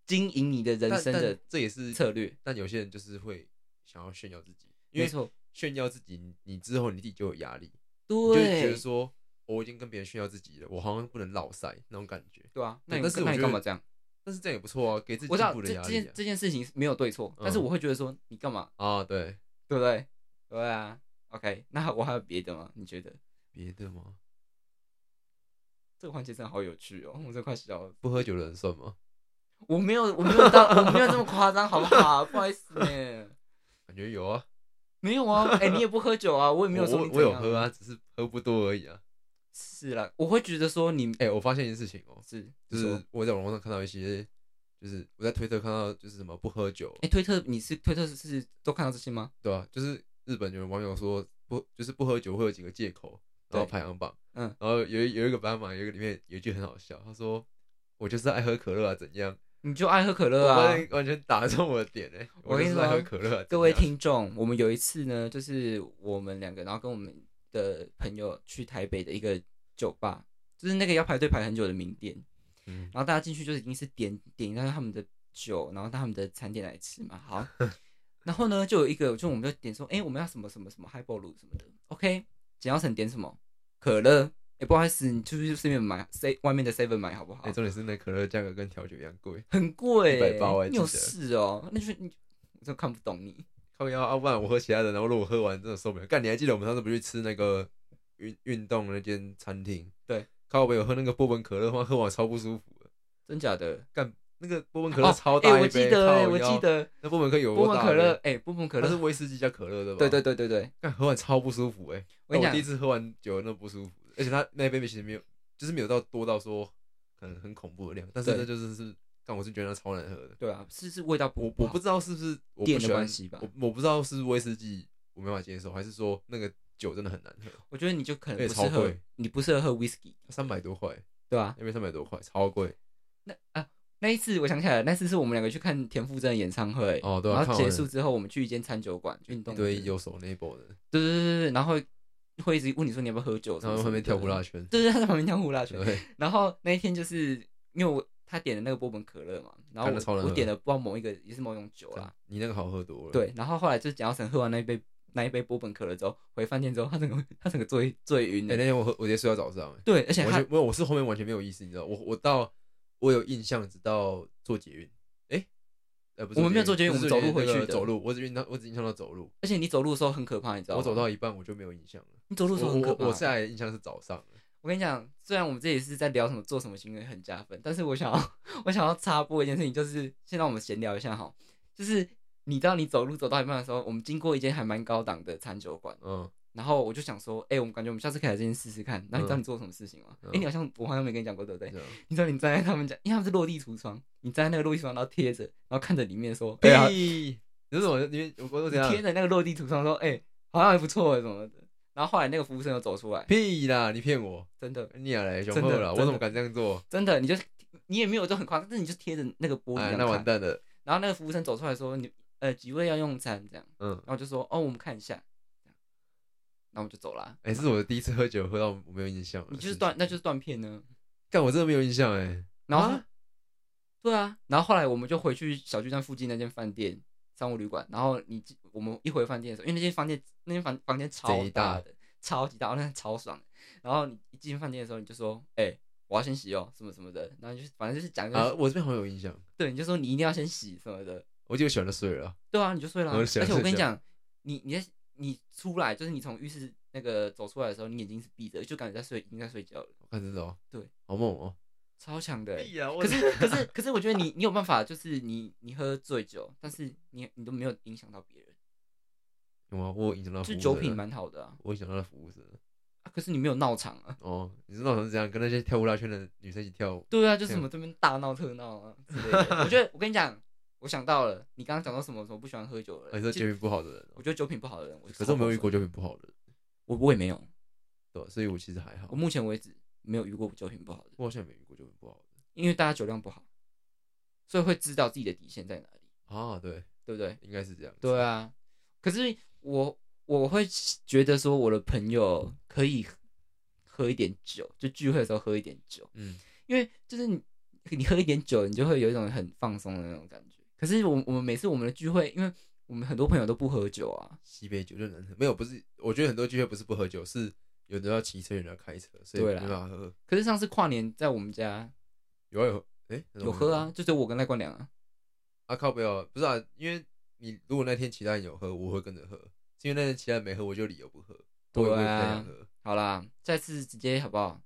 S1: 经营你的人
S2: 但
S1: 生的
S2: 但这也是
S1: 策略。
S2: 但有些人就是会想要炫耀自己，因
S1: 没
S2: 为
S1: 错，
S2: 炫耀自己，你你之后你自己就有压力，你就会觉
S1: 对
S2: 得，说、哦我已经跟别人炫耀自己了，我好像不能落塞那种感觉。
S1: 对啊，那
S2: 对
S1: 你
S2: 但是我
S1: 那你
S2: 觉得
S1: 干嘛这样？
S2: 但是这样也不错啊，给自己
S1: 我知
S2: 进
S1: 道
S2: 步
S1: 这
S2: 的压
S1: 这
S2: 力啊
S1: 件这件事情是没有对错，但是
S2: 嗯
S1: 我会觉得说你干嘛，
S2: 啊。啊，对，
S1: 对不对？对啊，OK，那我还有别的吗？你觉得
S2: 别的吗？
S1: 这个环节真的好有趣哦，我真的快笑了。
S2: 不喝酒的人算吗？
S1: 我没有，我没有到， [LAUGHS] 我没有这么夸张，好不好？不好意思呢，
S2: 感觉有啊，
S1: 没有啊，哎、你也不喝酒啊，我也没有
S2: 我
S1: 说
S2: 我
S1: 你
S2: 我
S1: 怎
S2: 有
S1: 样
S2: 喝啊，。只是喝不多而已啊。
S1: 是啦，我会觉得说你
S2: 哎、我发现一件事情哦、
S1: 是
S2: 就
S1: 你说
S2: 是我在网络上看到一些，就是我在推特看到就是什么不喝酒，
S1: 哎、推特你是推特是是都看到这些吗？
S2: 对啊，就是日本有网友说不就是不喝酒会有几个借口，然后
S1: 对
S2: 排行榜，
S1: 嗯
S2: 然后有一有一个排行榜，有一个里面有一句很好笑，他说我就是爱喝可乐啊，怎样？
S1: 你就爱喝可乐
S2: 我
S1: 啊
S2: 发。现完全打中我的点哎、
S1: 我跟
S2: 就
S1: 你
S2: 是
S1: 说
S2: 爱喝可乐、啊，
S1: 各位
S2: 怎样，
S1: 听众，我们有一次呢，就是我们两个，然后跟我们的朋友去台北的一个酒吧，就是那个要排队排很久的名店，
S2: 嗯
S1: 然后大家进去就是已经是点点到他们的酒，然后到他们的餐点来吃嘛。
S2: [LAUGHS]
S1: 好，然后呢，就有一个，就我们就点说，哎、我们要什么什么什么 highball 乳什么的，OK，简耀成点什么可乐。哎、不好意思，你出去随便买，C 外面的 seven 买好不好
S2: 哎、？重点是那可乐价格跟调酒一样贵，
S1: 很贵、欸
S2: 180我还
S1: 你
S2: 记得
S1: 有事哦？那就是你，我真看不懂你。
S2: 靠腰啊，不然我喝其他的，然后如果喝完真的受不了。干，你还记得我们上次不是去吃那个运运动那间餐厅？
S1: 对，
S2: 靠北有喝那个波本可乐吗？喝完超不舒服的，
S1: 真假的？
S2: 干那个波本可
S1: 哦，
S2: 乐超大
S1: 哎
S2: 一
S1: 我记
S2: 杯，
S1: 得、哎
S2: 靠
S1: 我
S2: 腰
S1: 记得
S2: 那波本可乐有
S1: 波
S2: 多
S1: 本
S2: 大
S1: 可乐
S2: 杯，，
S1: 哎、波本可
S2: 它是
S1: 乐，
S2: 威士忌加可乐的吧？
S1: 对对对对对，
S2: 干喝完超不舒服哎、欸！
S1: 我跟你
S2: 那
S1: 讲
S2: 第一次喝完酒那不舒服，而且他那一杯其实没有，就是没有到多到说可能很恐怖的量，但是
S1: 对
S2: 那就是是，但我是觉得那超难喝的。
S1: 对啊，是是味道不
S2: 我我
S1: 好
S2: 不知道是不是我不
S1: 电的
S2: 喜欢
S1: 关系吧
S2: 我我不知道是不是威士忌我没办法接受，还是说那个酒真的很难喝，
S1: 我觉得你就可
S2: 而
S1: 能
S2: 且
S1: 不
S2: 超
S1: 适合
S2: 贵，
S1: 你不适合喝 whisky，
S2: 三百多块，
S1: 对吧、
S2: 那边三百多块超贵
S1: 那啊，那一次我想起来了，那次是我们两个去看田馥甄的演唱会，
S2: 哦，对啊，
S1: 然后
S2: 看
S1: 结
S2: 完
S1: 束之后，我们去一间餐酒馆运动
S2: 一
S1: 的，
S2: 堆有手那波的，
S1: 对对对对对，然后会一直问你说你要不要喝酒，
S2: 然后后面跳呼
S1: 不
S2: 啦，圈，
S1: 对对，他在旁边跳呼啦圈，
S2: 对，
S1: 然后那一天就是因为我他点的那个波本可乐嘛，然后
S2: 看着超难
S1: 我我
S2: 喝
S1: 点了不知道某一个也是某种酒啦，
S2: 你那个好喝多了，，
S1: 对，然后后来就是蒋耀成喝完那一杯那一杯波本可乐之后，回饭店之后，他整个他整个醉醉晕了。
S2: 哎，那天我喝我直接睡到早上，哎
S1: 对，而且
S2: 完
S1: 他
S2: 全没有，我是后面完全没有意识，你知道，我我到我有印象，直到做捷运，哎、呃不是
S1: 我们没有
S2: 做
S1: 做捷运
S2: 不是
S1: 我们走路回去
S2: 那个
S1: 的
S2: 走路，我只印到我只印象到走路，
S1: 而且你走路的时候很可怕，你知道吗？
S2: 我走到一半我就没有印象了，
S1: 你走路的时候
S2: 我
S1: 很可
S2: 我
S1: 怕。
S2: 我现在印象是早上了，
S1: 我跟你讲，虽然我们这里是在聊什么做什么行为很加分，但是我想要 [LAUGHS] 我想要插播一件事情，就是先让我们闲聊一下哈，就是你知道你走路走到一半的时候，我们经过一间还蛮高档的餐酒馆，
S2: 嗯，
S1: 然后我就想说，哎、我们感觉我们下次可以来这边试试看。然后你知道你做什么事情吗？哎、
S2: 嗯
S1: 你好像我好像没跟你讲过，对不对？
S2: 这样
S1: 你知道你站在他们家，因为他们是落地橱窗，你站在那个落地橱窗，然后贴着，然后看着里面说，哎、呀，
S2: 屁你是什么？你们我我怎
S1: 贴
S2: 啊样？
S1: 着那个落地橱窗说，哎、好像还不错什么的。然后后来那个服务生又走出来，
S2: 屁啦！你骗我！
S1: 真的
S2: 你啊嘞，熊
S1: 真
S2: 厚
S1: 的
S2: 啦，我
S1: 真
S2: 怎
S1: 的
S2: 么敢这样做？
S1: 真的，你就你也没有就很夸张，但是你就贴着那个玻璃这
S2: 哎，
S1: 样
S2: 那完
S1: 看
S2: 蛋了。
S1: 然后那个服务生走出来说，你呃几位要用餐这样，
S2: 嗯，
S1: 然后我就说，哦，我们看一下，这样然后我们就走啦。
S2: 哎、这是我第一次喝酒喝到我没有印象了。
S1: 你就是
S2: 是
S1: 断，那就是断片呢。
S2: 干，我真的没有印象哎、
S1: 然后、
S2: 啊
S1: 对啊，然后后来我们就回去小巨蛋附近那间饭店商务旅馆，然后你记我们一回饭店的时候，因为那间房间那间房房间超
S2: 贼大
S1: 大的，超级大，那超爽的。然后你一进饭店的时候，你就说，哎、我要先洗哦，什么什么的，然后就是反正就是讲一个、
S2: 啊，我这边好像有印象，
S1: 对，你就说你一定要先洗什么的，
S2: 我记得我喜欢就睡了啊。
S1: 对啊，你就睡了啊、
S2: 我
S1: 而
S2: 就想
S1: 且我
S2: 睡
S1: 跟你
S2: 觉
S1: 讲，你你在你出来就是你从浴室那个走出来的时候，你眼睛是闭着，就感觉在睡，已经在睡觉了，
S2: 我看真的哦，
S1: 对，
S2: 好猛哦，
S1: 超强的欸、
S2: 呀，
S1: 可是可是可是，我觉得你你有办法，就是你你喝醉酒，但是你你都没有影响到别人，
S2: 有吗？我有影响到服
S1: 就
S2: 务
S1: 酒
S2: 生
S1: 品
S2: 了，
S1: 蛮好的啊
S2: 我影响到服务生了。
S1: 啊可是你没有闹场啊。
S2: 哦，你知道我是怎样跟那些跳呼啦圈的女生一起跳舞？
S1: 对啊，就是什么这边大闹特闹啊之类的。我觉得我跟你讲，我想到了，你刚刚讲到什么什么不喜欢喝酒的
S2: 啊你
S1: 人，
S2: 说
S1: 其
S2: 酒
S1: 实
S2: 品不好的人哦，
S1: 我觉得酒品不好的人，我
S2: 可是我没有遇
S1: 超
S2: 过哦
S1: 过分，
S2: 酒品不好的人，
S1: 我我也没有，
S2: 对吧，所以我其实还好
S1: 我，目前为止没有遇过酒品不好的，
S2: 我好像也没遇过酒品不好的
S1: 因为大家酒量不好，所以会知道自己的底线在哪里，
S2: 啊，对，
S1: 对不对？
S2: 应该是这样。
S1: 对，啊，可是我我会觉得说，我的朋友可以喝一点酒，就聚会的时候喝一点酒，
S2: 嗯，
S1: 因为就是你你喝一点酒，你就会有一种很放松的那种感觉。可是我我们每次我们的聚会，因为我们很多朋友都不喝酒啊，
S2: 西北酒就难喝，没有，不是，我觉得很多聚会不是不喝酒，是有的要骑车，有的要开车，所以
S1: 对
S2: 没
S1: 啦
S2: 办法喝。
S1: 可是上次跨年在我们家
S2: 有啊有，哎，那种
S1: 有喝啊，，就只有我跟赖冠良啊。
S2: 啊靠不要，不是啊，因为你如果那天其他人有喝，我会跟着喝，是因为那天其他人没喝，我就理由不喝，我也不会
S1: 对
S2: 太
S1: 啊
S2: 想喝。
S1: 好啦，下次直接好不好？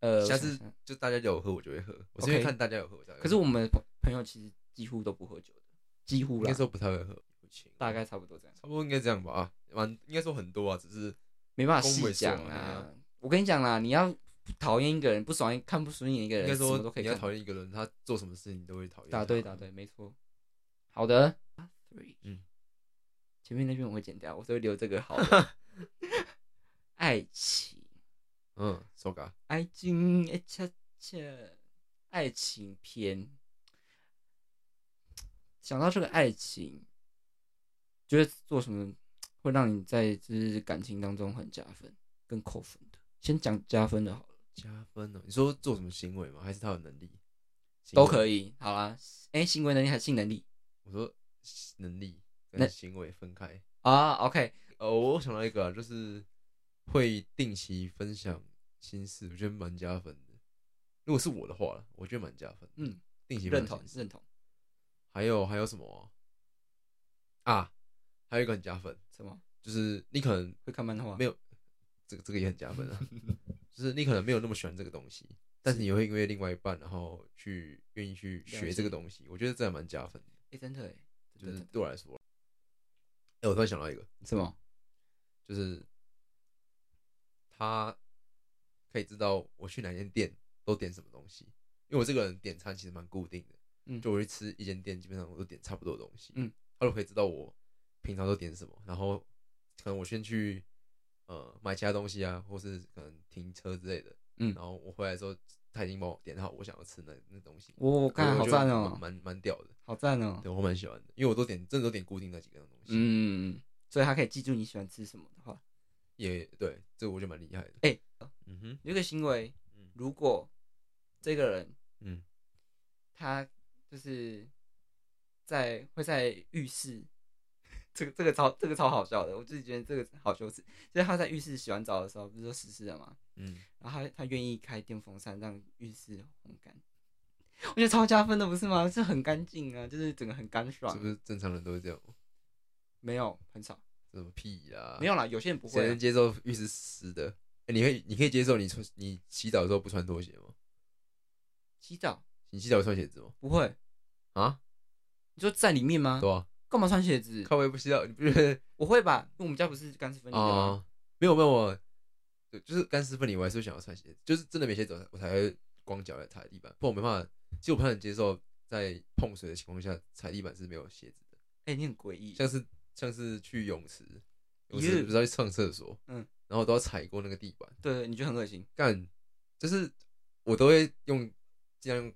S1: 呃，
S2: 下
S1: 我想
S2: 次
S1: 想
S2: 就大家有喝，我就会喝。我是因为
S1: OK
S2: 看大家有喝，我才会喝
S1: 可是我们的朋朋友其实几乎都不喝酒的，几乎
S2: 应该
S1: 啦，
S2: 说不太会喝，
S1: 大概差不多这样。
S2: 差不多应该这样吧啊，蛮应该说很多啊，只是
S1: 没办法
S2: 恭
S1: 细
S2: 维
S1: 讲
S2: 说
S1: 啊
S2: 啊。
S1: 我跟你讲啦，你要讨厌一个人，不爽看不顺眼一个
S2: 应
S1: 人，
S2: 该
S1: 什么
S2: 说
S1: 都可以
S2: 你要
S1: 干。
S2: 讨厌一个人，他做什么事情你都会讨厌。
S1: 答对，答，对，没错。好的，three，
S2: 嗯，
S1: 前面那边我会剪掉，我只会留这个好
S2: [LAUGHS]
S1: 的。爱情，
S2: 嗯，手嘎，
S1: 爱情，哎恰恰，爱情篇。想到这个爱情，觉得做什么会让你在就是感情当中很加分、跟扣分的？先讲加分的好了。
S2: 加分哦。你说做什么行为吗？还是他有能力？
S1: 都可
S2: 以。
S1: 以。好啦，哎、行为能力还是性能力
S2: 我说能力
S1: 那
S2: 跟行为分开。
S1: 啊？OK，
S2: 呃，我想到一个啊，就是会定期分享心事，我觉得蛮加分的。如果是我的话啦，我觉得蛮加分。
S1: 嗯，
S2: 定期分
S1: 认同
S2: 享心事
S1: 认同。
S2: 还有还有什么啊？啊还有一个很加分，
S1: 什么？
S2: 就是你可能
S1: 会看漫画？
S2: 没有这个这个也很加
S1: [LAUGHS]
S2: 分啊，就是你可能没有那么喜欢这个东西，但是你会因为另外一半，然后去愿意去
S1: 了解
S2: 学这个东西，我觉得这还蛮加分的，
S1: 哎、真的哎，
S2: 就
S1: 真
S2: 是
S1: 的
S2: 对我来说。哎、我突然想到一个，
S1: 什么？
S2: 就是他可以知道我去哪间店都点什么东西，因为我这个人点餐其实蛮固定的，
S1: 嗯
S2: 就我去吃一间店，基本上我都点差不多的东西，
S1: 嗯，
S2: 他就可以知道我平常都点什么，然后可能我先去呃买其他东西啊，或是可能停车之类的，
S1: 嗯
S2: 然后我回来的时候他已经帮我点好我想要吃那那东西，
S1: 我看好
S2: 觉得
S1: 赞哦、
S2: 蛮蛮蛮屌的，
S1: 好赞哦、
S2: 对我蛮喜欢的，因为我都点真的都点固定那几样东西，，
S1: 嗯，所以他可以记住你喜欢吃什么的话，
S2: 也对，这个我觉得蛮厉害的，
S1: 哎
S2: 嗯哼，
S1: 有一个行为，
S2: 嗯
S1: 如果这个人
S2: 嗯。
S1: 他就是在会在浴室，这个这个超这个超好笑的，我自己觉得这个好羞耻。就是他在浴室洗完澡的时候，不是说湿湿的吗？
S2: 嗯，
S1: 然后他他愿意开电风扇让浴室烘干，我觉得超加分的，不是吗？是很干净啊，就是整个很干爽。
S2: 是不是正常人都会这样？
S1: 没有很少，
S2: 什么屁呀、
S1: 没有啦，有些人不
S2: 谁
S1: 会啊、
S2: 能接受浴室湿的？哎你可以，你可以接受你穿你洗澡的时候不穿拖鞋吗？
S1: 洗澡
S2: 你洗澡会穿鞋子吗？
S1: 不会
S2: 啊？
S1: 你说在里面吗？
S2: 对啊，
S1: 干嘛穿鞋子？
S2: 靠背不洗澡，你不觉得
S1: 我会吧，因为我们家不是干湿分离的吗？
S2: 啊？没有没有，我对就是干湿分离，我还是会想要穿鞋子，就是真的没鞋子，我才会光脚来踩地板，不然我没办法，其实我不太能接受在碰水的情况下踩地板是没有鞋子的，
S1: 哎、你很诡异。
S2: 像是像是去泳池，泳
S1: 耶
S2: 池不是要去上厕所，
S1: 嗯，
S2: 然后都要踩过那个地板。
S1: 对，你觉得很恶心。
S2: 干，就是我都会用尽量用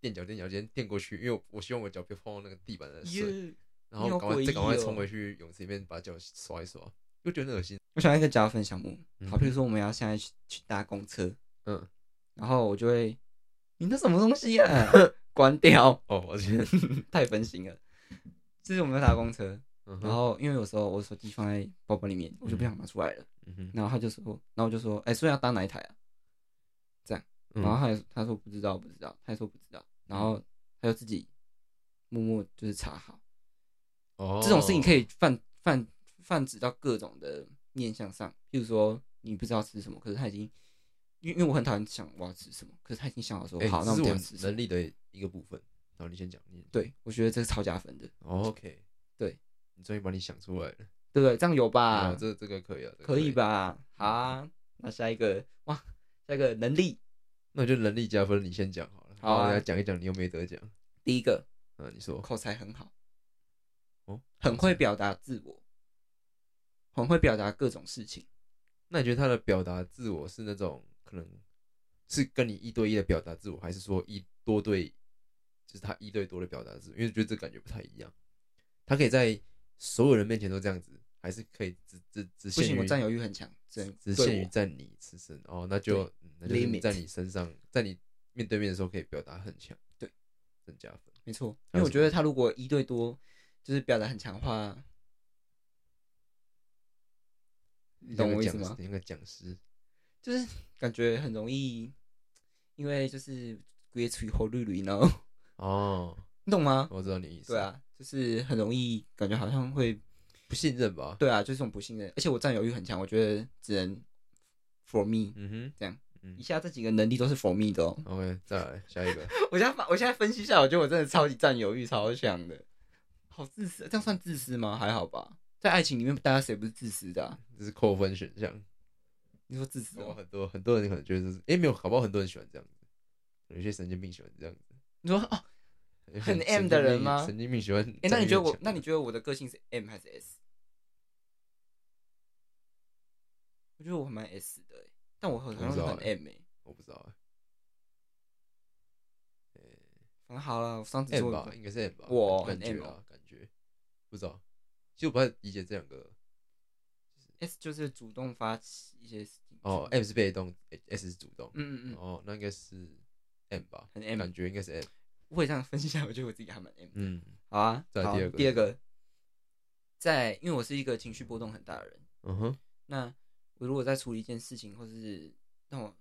S2: 垫脚垫脚尖垫过去，因为我我希望我脚不要碰到那个地板的水，
S1: 耶
S2: 然
S1: 你好
S2: 后赶快
S1: 诡
S2: 再赶快
S1: 异哦
S2: 冲回去泳池里面把脚刷一刷，又觉得很恶心。
S1: 我想到一个加分项目，
S2: 嗯
S1: 好，比如说我们要现在去去搭公车，
S2: 嗯，
S1: 然后我就会，你那什么东西啊？ [LAUGHS] 关掉，
S2: 哦，
S1: [LAUGHS]
S2: 我觉得，
S1: 太分心了。这是我们在搭公车，
S2: 嗯
S1: 然
S2: 哼，
S1: 后因为有时候我手机放在包包里面，我就不想拿出来了。
S2: 嗯哼，
S1: 然后他就说，然后我就说，哎、所以要搭哪一台啊？然后
S2: 嗯
S1: 他也他说不知道不知道，他也说不知道，然后他就自己默默就是查好。
S2: 哦，
S1: 这种事情可以泛泛泛指到各种的面向上，譬如说你不知道吃什么，可是他已经，因为因为我很讨厌想我要吃什么，可是他已经想好说，
S2: 哎，
S1: 好，那
S2: 这
S1: 我
S2: 是
S1: 们等一
S2: 我
S1: 下吃什
S2: 能
S1: 么。
S2: 力的一个部分。然后你先讲，你
S1: 对，我觉得这是超加分的，
S2: 哦，OK，
S1: 对，
S2: 你终于把你想出来了
S1: 对不对？这样有吧
S2: 啊，？这这个可以啊，这个
S1: 可以？吧？好啊，那下一个哇，下一个能力，
S2: 那我就能力加分，你先讲好了，
S1: 好啊
S2: 然后我来讲一讲你有没得奖。
S1: 第一个
S2: 嗯，你说
S1: 口才很好，
S2: 哦，
S1: 很会表达自我，很会表达各种事情。
S2: 那你觉得他的表达自我是那种可能是跟你一对一的表达自我，还是说一多对，就是他一对多的表达自我？因为我觉得这感觉不太一样。他可以在所有人面前都这样子，还是可以只只只
S1: 不
S2: 限
S1: 行，我
S2: 于
S1: 占有欲很强，只能
S2: 只
S1: 对
S2: 限于
S1: 我
S2: 在你自身哦，那就嗯那就是
S1: Limit
S2: 在你身上，在你面对面的时候可以表达很强，
S1: 对，
S2: 很加分。
S1: 没错，
S2: 还
S1: 因为
S2: 有
S1: 我
S2: 什
S1: 觉
S2: 么
S1: 得他如果一对多，就是表达很强的话，
S2: 你
S1: 懂
S2: 像个
S1: 我意
S2: 讲
S1: 思
S2: 师
S1: 吗
S2: 你像个讲师，
S1: 就是感觉很容易，因为就是憋出后绿绿，然后 [LAUGHS]
S2: 哦，
S1: 你懂吗？
S2: 我知道你意思。
S1: 对，啊，就是很容易感觉好像会，
S2: 不信任吧？
S1: 对啊，就是这种不信任，而且我占有欲很强，我觉得只能 for me。
S2: 嗯哼，
S1: 这样
S2: 嗯
S1: 以下这几个能力都是 for me 的哦。 [LAUGHS]
S2: ，OK，再来下一个。
S1: 我现在发我现在分析一下，我觉得我真的超级占有欲超强的，好自私，这样算自私吗？还好吧，在爱情里面，大家谁不是自私的啊、
S2: 这是扣分选项。
S1: 你说自私
S2: 然后
S1: 哦？
S2: 很多很多人可能觉得这是，诶，没有，搞不好很多人喜欢这样子，有些神经病喜欢这样子。
S1: 你说哦，
S2: 有些
S1: 很
S2: 神
S1: M
S2: 经
S1: 的人
S2: 病
S1: 吗
S2: 神经病喜欢。
S1: 哎、那你觉得我
S2: 强，
S1: 那你觉得我的个性是 M 还是 S？我觉得我很蛮 S 的、欸，但我很
S2: 我
S1: 好像
S2: 不知道
S1: 很
S2: 欸
S1: M 哎、欸。
S2: 我不知道啊
S1: 很好了，我上次
S2: ，M
S1: 说
S2: 吧，
S1: 的
S2: 应该是 M 吧，
S1: 我
S2: 感
S1: 很
S2: 感
S1: M 哦
S2: 觉啊，感觉不知道。其实我不太理解这两个
S1: S 就是主动发起一些事情
S2: 哦，M 是被动，S 是主动。
S1: 嗯嗯嗯嗯，
S2: 哦，那应该是 M 吧，
S1: 很 M
S2: 感觉应该是 M。
S1: 我也这样分析一下，我觉得我自己还 [LAUGHS] 蛮 M 的。
S2: 嗯，
S1: 好啊，
S2: 再来
S1: 好
S2: 第二个
S1: 第二个，在因为我是一个情绪波动很大的人，
S2: 嗯哼，
S1: 那我如果在处理一件事情，或者是让我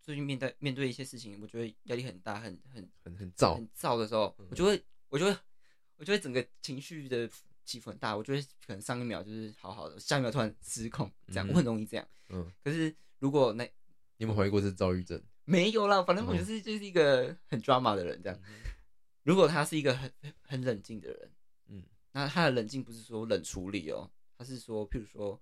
S1: 最近面对面对一些事情，我觉得压力很大，很很
S2: 很很燥，
S1: 很燥的时候，
S2: 嗯
S1: 我就会，我就会，我就会整个情绪的起伏很大，我就会可能上一秒就是好好的，下一秒突然失控，这样、
S2: 嗯
S1: 我很容易这样。
S2: 嗯，
S1: 可是如果那
S2: 你有没有怀疑过是躁郁症？
S1: 没有啦，反正我
S2: 嗯
S1: 就是、就是一个很 drama 的人这样。如果他是一个很很冷静的人，
S2: 嗯，
S1: 那他的冷静不是说冷处理哦，他是说，譬如说，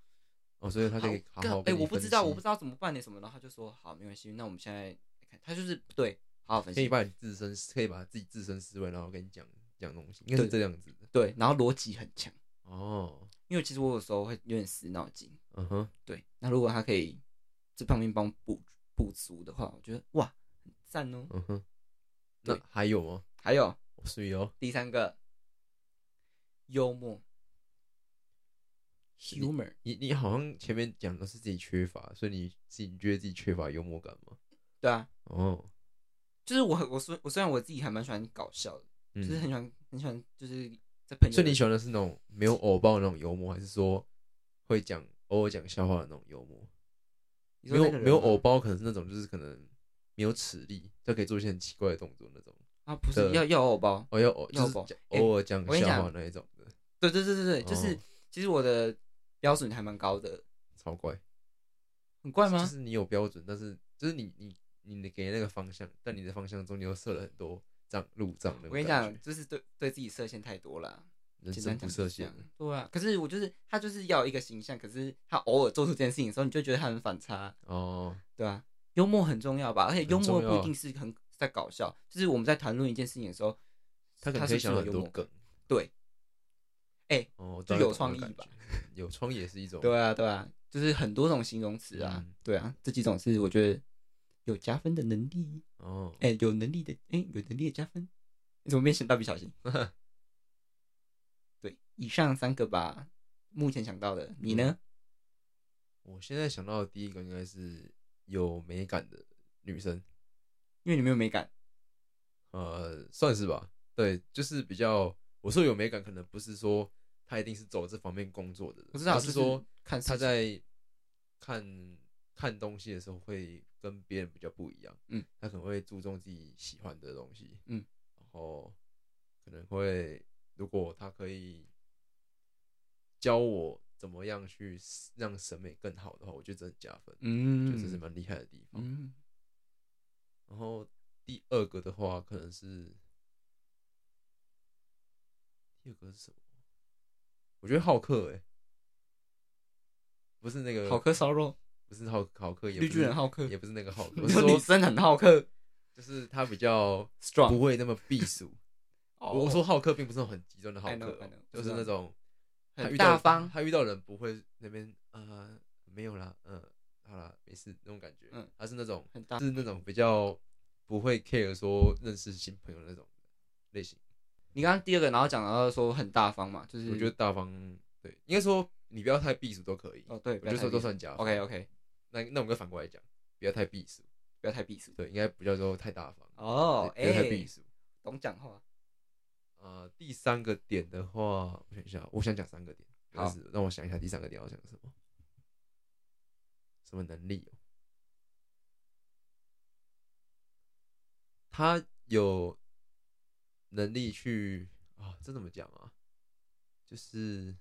S2: 哦，所以他可以好
S1: 好，
S2: 好
S1: 哎、我不知道，我不知
S2: 道，
S1: 道怎么办呢，什么，然后他就说好，没关系，那我们现在看，他就是对，好好分
S2: 可以
S1: 析，
S2: 把你自身，可以把自己自身思维，然后跟你讲讲东西，应该是
S1: 对
S2: 这样子的。
S1: 对，然后逻辑很强，
S2: 哦，
S1: 因为其实我有时候会有点死脑筋，
S2: 嗯哼，
S1: 对，那如果他可以这方面帮我补补足的话，我觉得哇，很赞哦。
S2: 嗯哼，
S1: 对
S2: 那还有吗？
S1: 还有
S2: 所以哦，
S1: 第三个，幽默
S2: 你
S1: ，humor，
S2: 你你好像前面讲的是自己缺乏，所以你自己你觉得自己缺乏幽默感吗？
S1: 对啊，
S2: 哦，
S1: 就是我很我虽我虽然我自己还蛮喜欢搞笑的，
S2: 嗯
S1: 就是很喜欢很喜欢就是在朋友，
S2: 所以你喜欢的是那种没有偶包的那种幽默，还是说会讲偶尔讲笑话的那种幽默？
S1: 你
S2: 没
S1: 说那
S2: 有
S1: 个人
S2: 没有
S1: 吗
S2: 偶包，可能是那种就是可能没有齿力，就可以做一些很奇怪的动作那种。
S1: 啊，不
S2: 的
S1: 是要要偶包，
S2: 哦，要偶
S1: 要偶
S2: 就
S1: 包
S2: 是
S1: 欸
S2: 偶尔讲
S1: 我跟你
S2: 笑话
S1: 讲
S2: 那一种的，
S1: 对对对对对，
S2: 哦
S1: 就是其实我的标准还蛮高的，
S2: 超怪。
S1: 很怪
S2: 就
S1: 吗？
S2: 是你有标准，但是就是你你你给那个方向，但你的方向中你又设了很多障路障。
S1: 我跟你讲，，就是对对自己设限太多了。
S2: 人
S1: 简
S2: 生
S1: 单
S2: 不
S1: 讲
S2: 设
S1: 是这
S2: 限
S1: 样，对啊。可是我就是他就是要有一个形象，可是他偶尔做出这件事情的时候，你就觉得他很反差，
S2: 哦，
S1: 对啊。幽默很重要吧，而且幽默
S2: 很重要
S1: 不一定是很在搞笑，就是我们在谈论一件事情的时候，
S2: 他可
S1: 他
S2: 能可
S1: 是
S2: 以
S1: 不是
S2: 想到很
S1: 有
S2: 多
S1: 幽默
S2: 梗。
S1: 对，哎
S2: 哦，我
S1: 就
S2: 大概
S1: 有
S2: 懂
S1: 创
S2: 那
S1: 意
S2: 感
S1: 吧
S2: 觉，有创意也是一种。
S1: 对啊，对啊，就是很多种形容词啊，
S2: 嗯
S1: 对啊，这几种是我觉得有加分的能力，
S2: 哦，
S1: 哎、有能力的，哎、有能力的加分，你怎么变成蜡笔小
S2: [LAUGHS]
S1: 新？对，以上三个吧，目前想到的，你呢？
S2: 嗯我现在想到的第一个应该是有美感的女生，
S1: 因为你没有美感，
S2: 呃，算是吧。对，就是比较，我说有美感，可能不是说她一定是走这方面工作的人，
S1: 我知道，
S2: 而
S1: 就是
S2: 说
S1: 看事
S2: 他
S1: 情
S2: 在看看东西的时候会跟别人比较不一样，
S1: 嗯，
S2: 他可能会注重自己喜欢的东西，
S1: 嗯，
S2: 然后可能会如果他可以教我怎么样去 s- 让审美更好的话，我觉得真的加分，
S1: 嗯，
S2: 就这是蛮厉害的地方。
S1: 嗯，
S2: 然后第二个的话，可能是第二个是什么？我觉得好客哎、不是那个
S1: 嗯好客烧肉，
S2: 不是好好呃客，也不
S1: 绿巨
S2: 是
S1: 人好客 [LAUGHS]
S2: 也不是那个好客，
S1: 你
S2: 我是
S1: 说女
S2: 说
S1: 生很好
S2: [LAUGHS]
S1: 客
S2: 就是他比较不
S1: ，strong。
S2: 会那么避俗。
S1: 哦
S2: 我说好客并不是那种很极端的好
S1: I
S2: 客
S1: know,
S2: 哦、
S1: I know，
S2: 就
S1: 我
S2: 是
S1: 知道
S2: 那种他
S1: 很
S2: 遇到
S1: 大方
S2: 他遇到人不会那边呃没有啦，呃好啦没事那种感觉，
S1: 嗯
S2: 他是那种
S1: 很大
S2: 是那种比较不会 care 说认识新朋友的那种类型。
S1: 你刚刚第二个，然后讲到说很大方嘛，就是
S2: 我觉得大方对，应该说你不要太避俗都可以，
S1: 哦对，
S2: 我就说都算加分。
S1: OK OK，
S2: 那那我们反过来讲，不要太避俗，
S1: 不要太避俗
S2: 对，应该不叫做太大方，
S1: 哦，
S2: 对不要太避
S1: 哎，
S2: 俗。
S1: 懂讲话，
S2: 呃，第三个点的话，我想一下，我想讲三个点，
S1: 好
S2: 但是让我想一下第三个点要讲什么，什么能力、哦？他有能力去啊，这怎么讲啊？就是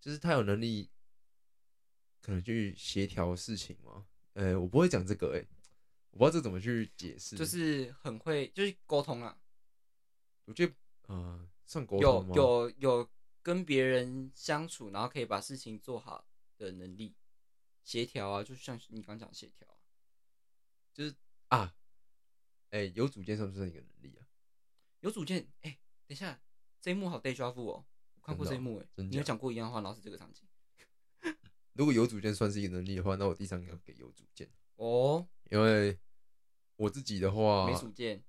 S2: 就是他有能力，可能去协调事情吗？呃，我不会讲这个、欸，我不知道这怎么去解释，
S1: 就是很会，就是沟通啊，
S2: 我觉得，呃，算沟
S1: 有
S2: 通吗？
S1: 有有跟别人相处，然后可以把事情做好的能力，协调啊，就像你刚讲协调啊，
S2: 啊，哎、有主见算不算一个能力啊？
S1: 有主见，哎、等一下，这一幕好 day job 哦，我看过
S2: 真
S1: 这
S2: 的
S1: 一
S2: 哦
S1: 幕哎、
S2: 真
S1: 你有
S2: 假
S1: 讲过一样的话，然后是这个场景
S2: 如果有主见算是一个能力的话，那我第三个要给有主见，
S1: 哦，
S2: 因为我自己的话，
S1: 没主见，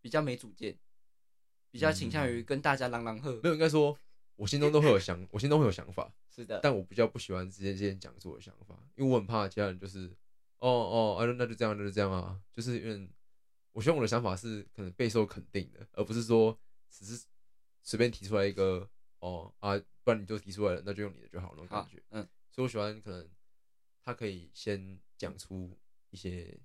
S1: 比较没主见，比较倾向于跟大家朗朗喝，
S2: 嗯没有应该说，我心中都会有想，我心中会有想法，
S1: 是的，
S2: 但我比较不喜欢直接直接讲出我的想法，因为我很怕其他人就是，哦哦，啊，那就这样，那就这样啊，就是因为我希望我的想法是可能备受肯定的，而不是说只是随便提出来一个，哦啊，不然你就提出来了，那就用你的就好那种感
S1: 好
S2: 觉。，
S1: 嗯，
S2: 所以我喜欢可能他可以先讲出一些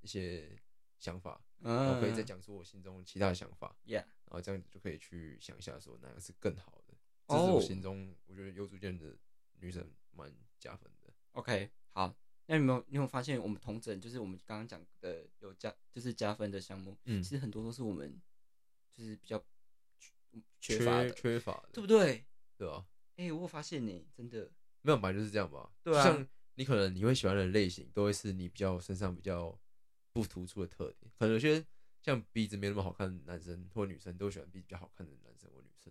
S2: 一些想法，然后可以再讲出我心中其他的想法，
S1: 嗯，Yeah，
S2: 然后这样就可以去想一下说哪个是更好的。这是
S1: 哦
S2: 我心中我觉得有主见的女生蛮加分的。
S1: OK，好，那你有没有你有没有发现我们同整就是我们刚刚讲的有加就是加分的项目，
S2: 嗯
S1: 其实很多都是我们就是比较缺
S2: 缺
S1: 缺乏的，
S2: 缺乏的，
S1: 对不
S2: 对？
S1: 对？
S2: 对啊，
S1: 哎、我有发现呢，真的，
S2: 没有本来就是这样吧。
S1: 对啊
S2: 像你可能你会喜欢的类型，都会是你比较身上比较不突出的特点。可能有些像鼻子没那么好看的男生或女生，都喜欢鼻子比较好看的男生或女生。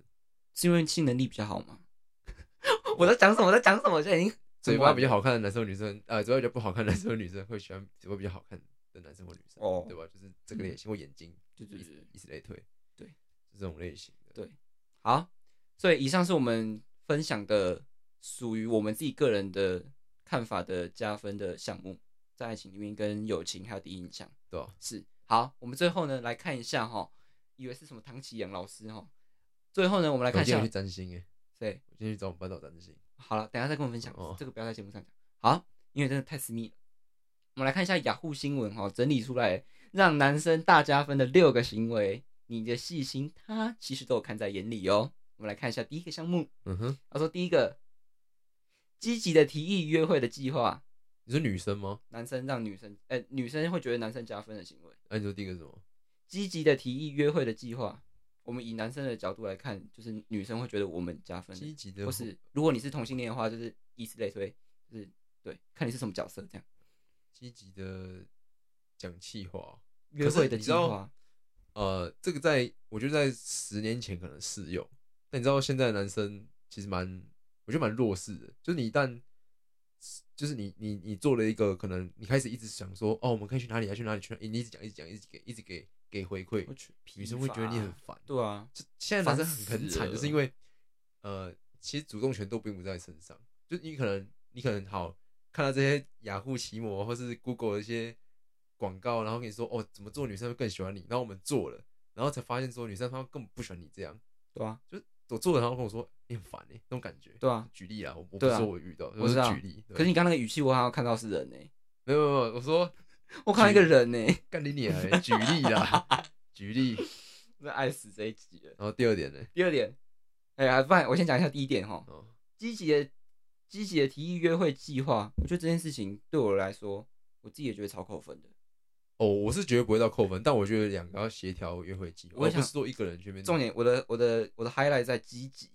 S1: 是因为性能力比较好吗？ [LAUGHS] 我在讲什么？我在讲什么？我现在已经
S2: 嘴巴比较好看的男生或女生，呃， [LAUGHS] 嘴巴比较不好看的男生或女生会喜欢嘴巴比较好看的男生或女生，
S1: 哦
S2: 对吧？就是这个类型或眼睛，
S1: 对对
S2: 以
S1: 对
S2: 以此类推，
S1: 对，
S2: 是这种类型的。
S1: 对好，所以以上是我们分享的属于我们自己个人的看法的加分的项目，在爱情里面跟友情还有第一印象
S2: 对啊
S1: 是好。我们最后呢来看一下哈，以为是什么唐启阳老师哈，最后呢我们来
S2: 我
S1: 看一
S2: 今天
S1: 下
S2: 有去，占星哎，
S1: 对，
S2: 我今天去找我们班导占星，
S1: 好了，等一下再跟我分享，
S2: 哦
S1: 这个不要在节目上讲。好，因为真的太私密了。我们来看一下雅虎新闻哈、整理出来让男生大加分的六个行为，你的细心他其实都有看在眼里哦。我们来看一下第一个项目，
S2: 嗯哼，
S1: 他说第一个，积极的提议约会的计划，
S2: 你是女生吗？
S1: 男生让女生，呃，女生会觉得男生加分的行为，
S2: 啊那、你说第一个是什么？
S1: 积极的提议约会的计划，我们以男生的角度来看，就是女生会觉得我们加分，
S2: 积极的，
S1: 或呃是如果你是同性恋的话，就是以此类推，就是对，看你是什么角色这样。
S2: 积极的讲气话，
S1: 约会的
S2: 可是你
S1: 计
S2: 知道
S1: 划，
S2: 呃，这个在我觉得在十年前可能适用，但你知道现在的男生其实蛮，我觉得蛮弱势的，就是你一旦，就是你你你做了一个可能你开始一直想说，哦，我们可以去哪里啊，去哪里去哪里，你一直讲一直讲一直给一直给给回馈
S1: 我，去
S2: 女生会觉得你很烦。
S1: 对啊，
S2: 就现在男生
S1: 烦
S2: 很
S1: 死
S2: 很惨，
S1: 了
S2: 就是因为
S1: 啊
S2: 呃，其实主动权都并不在身上，就你可能你可能好看到这些雅虎奇摩或是 Google 的一些广告，然后跟你说哦怎么做女生会更喜欢你，然后我们做了，然后才发现说女生她们根本不喜欢你这样，
S1: 对啊，
S2: 就我做了然后跟我说你很烦哎、那种感觉。
S1: 对啊。
S2: 举例啊，我我不
S1: 对啊
S2: 说我遇到，
S1: 我
S2: 是
S1: 知道
S2: 举例。对
S1: 可是你刚刚那个语气，我好像看到是人呢、
S2: 没有没有没有，我说
S1: 我看到一个人呢、 [LAUGHS]
S2: 干你你、欸，举例啦，举例。
S1: 真的爱死这一集了。
S2: 然后第二点呢？
S1: 第二点，哎呀，不然我先讲一下第一点哈，
S2: 哦，
S1: 积极的积极的提议约会计划，我觉得这件事情对我来说，我自己也觉得超扣分的。
S2: 哦，我是绝对不会到扣分，但我觉得两个要协调约会计划，
S1: 我
S2: 而
S1: 想
S2: 不是说一个人去那边。
S1: 重点，我的我的我的 highlight 在积极，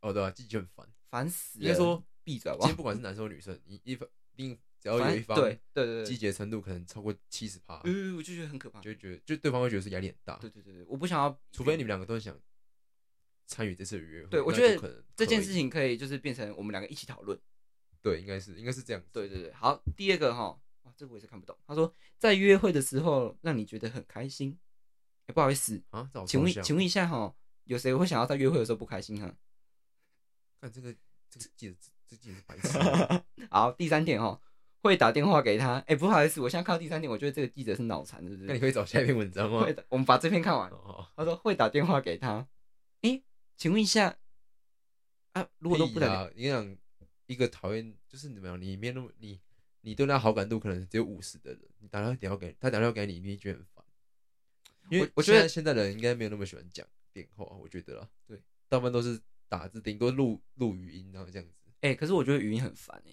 S2: 哦，对啊，自己就很烦。
S1: 烦死了。
S2: 应该说
S1: 闭嘴好不好
S2: 今天不管是男生或女生，你一方另只要
S1: 反
S2: 有
S1: 正
S2: 一方
S1: 对对对
S2: 积
S1: 对，
S2: 极的程度可能超过七十趴，
S1: 嗯，我就觉得很可怕。对
S2: 就会觉得就对方会觉得是压力很大。
S1: 对对对，我不想要，
S2: 除非你们两个都很想参与这次的约会，
S1: 对我
S2: 那
S1: 觉得
S2: 就可能
S1: 这件
S2: 可以
S1: 事情可以就是变成我们两个一起讨论。
S2: 对，应该是应该是这样子。
S1: 对对对，好，第二个哈，哇，这个我也是看不懂。他说在约会的时候让你觉得很开心，哎，不好意思，
S2: 啊，这好
S1: 请问
S2: 抽象
S1: 请问一下哈，有谁会想要在约会的时候不开心哈？
S2: 看这个这个记者，这记者是白痴啊。
S1: [LAUGHS] 好，第三点哈，会打电话给他。哎、不好意思，我现在看到第三点，我觉得这个记者是脑残，是不
S2: 那你
S1: 是？
S2: 可以找下一篇文章吗
S1: 会？打，我们把这篇看完。
S2: 哦，
S1: 他说会打电话给他。哎、请问一下，啊，如果都不打
S2: 屁
S1: 电，
S2: 啦你想一个讨厌就是怎么样？你面那么你你对他好感度可能只有五十的人，你打电话给他打电话给你，你会觉得很烦。因为
S1: 我觉得
S2: 现在现在人应该没有那么喜欢讲电话，我觉得啦，
S1: 对，
S2: 大部分都是打字，顶多录录语音然后这样子。
S1: 哎、可是我觉得语音很烦哎、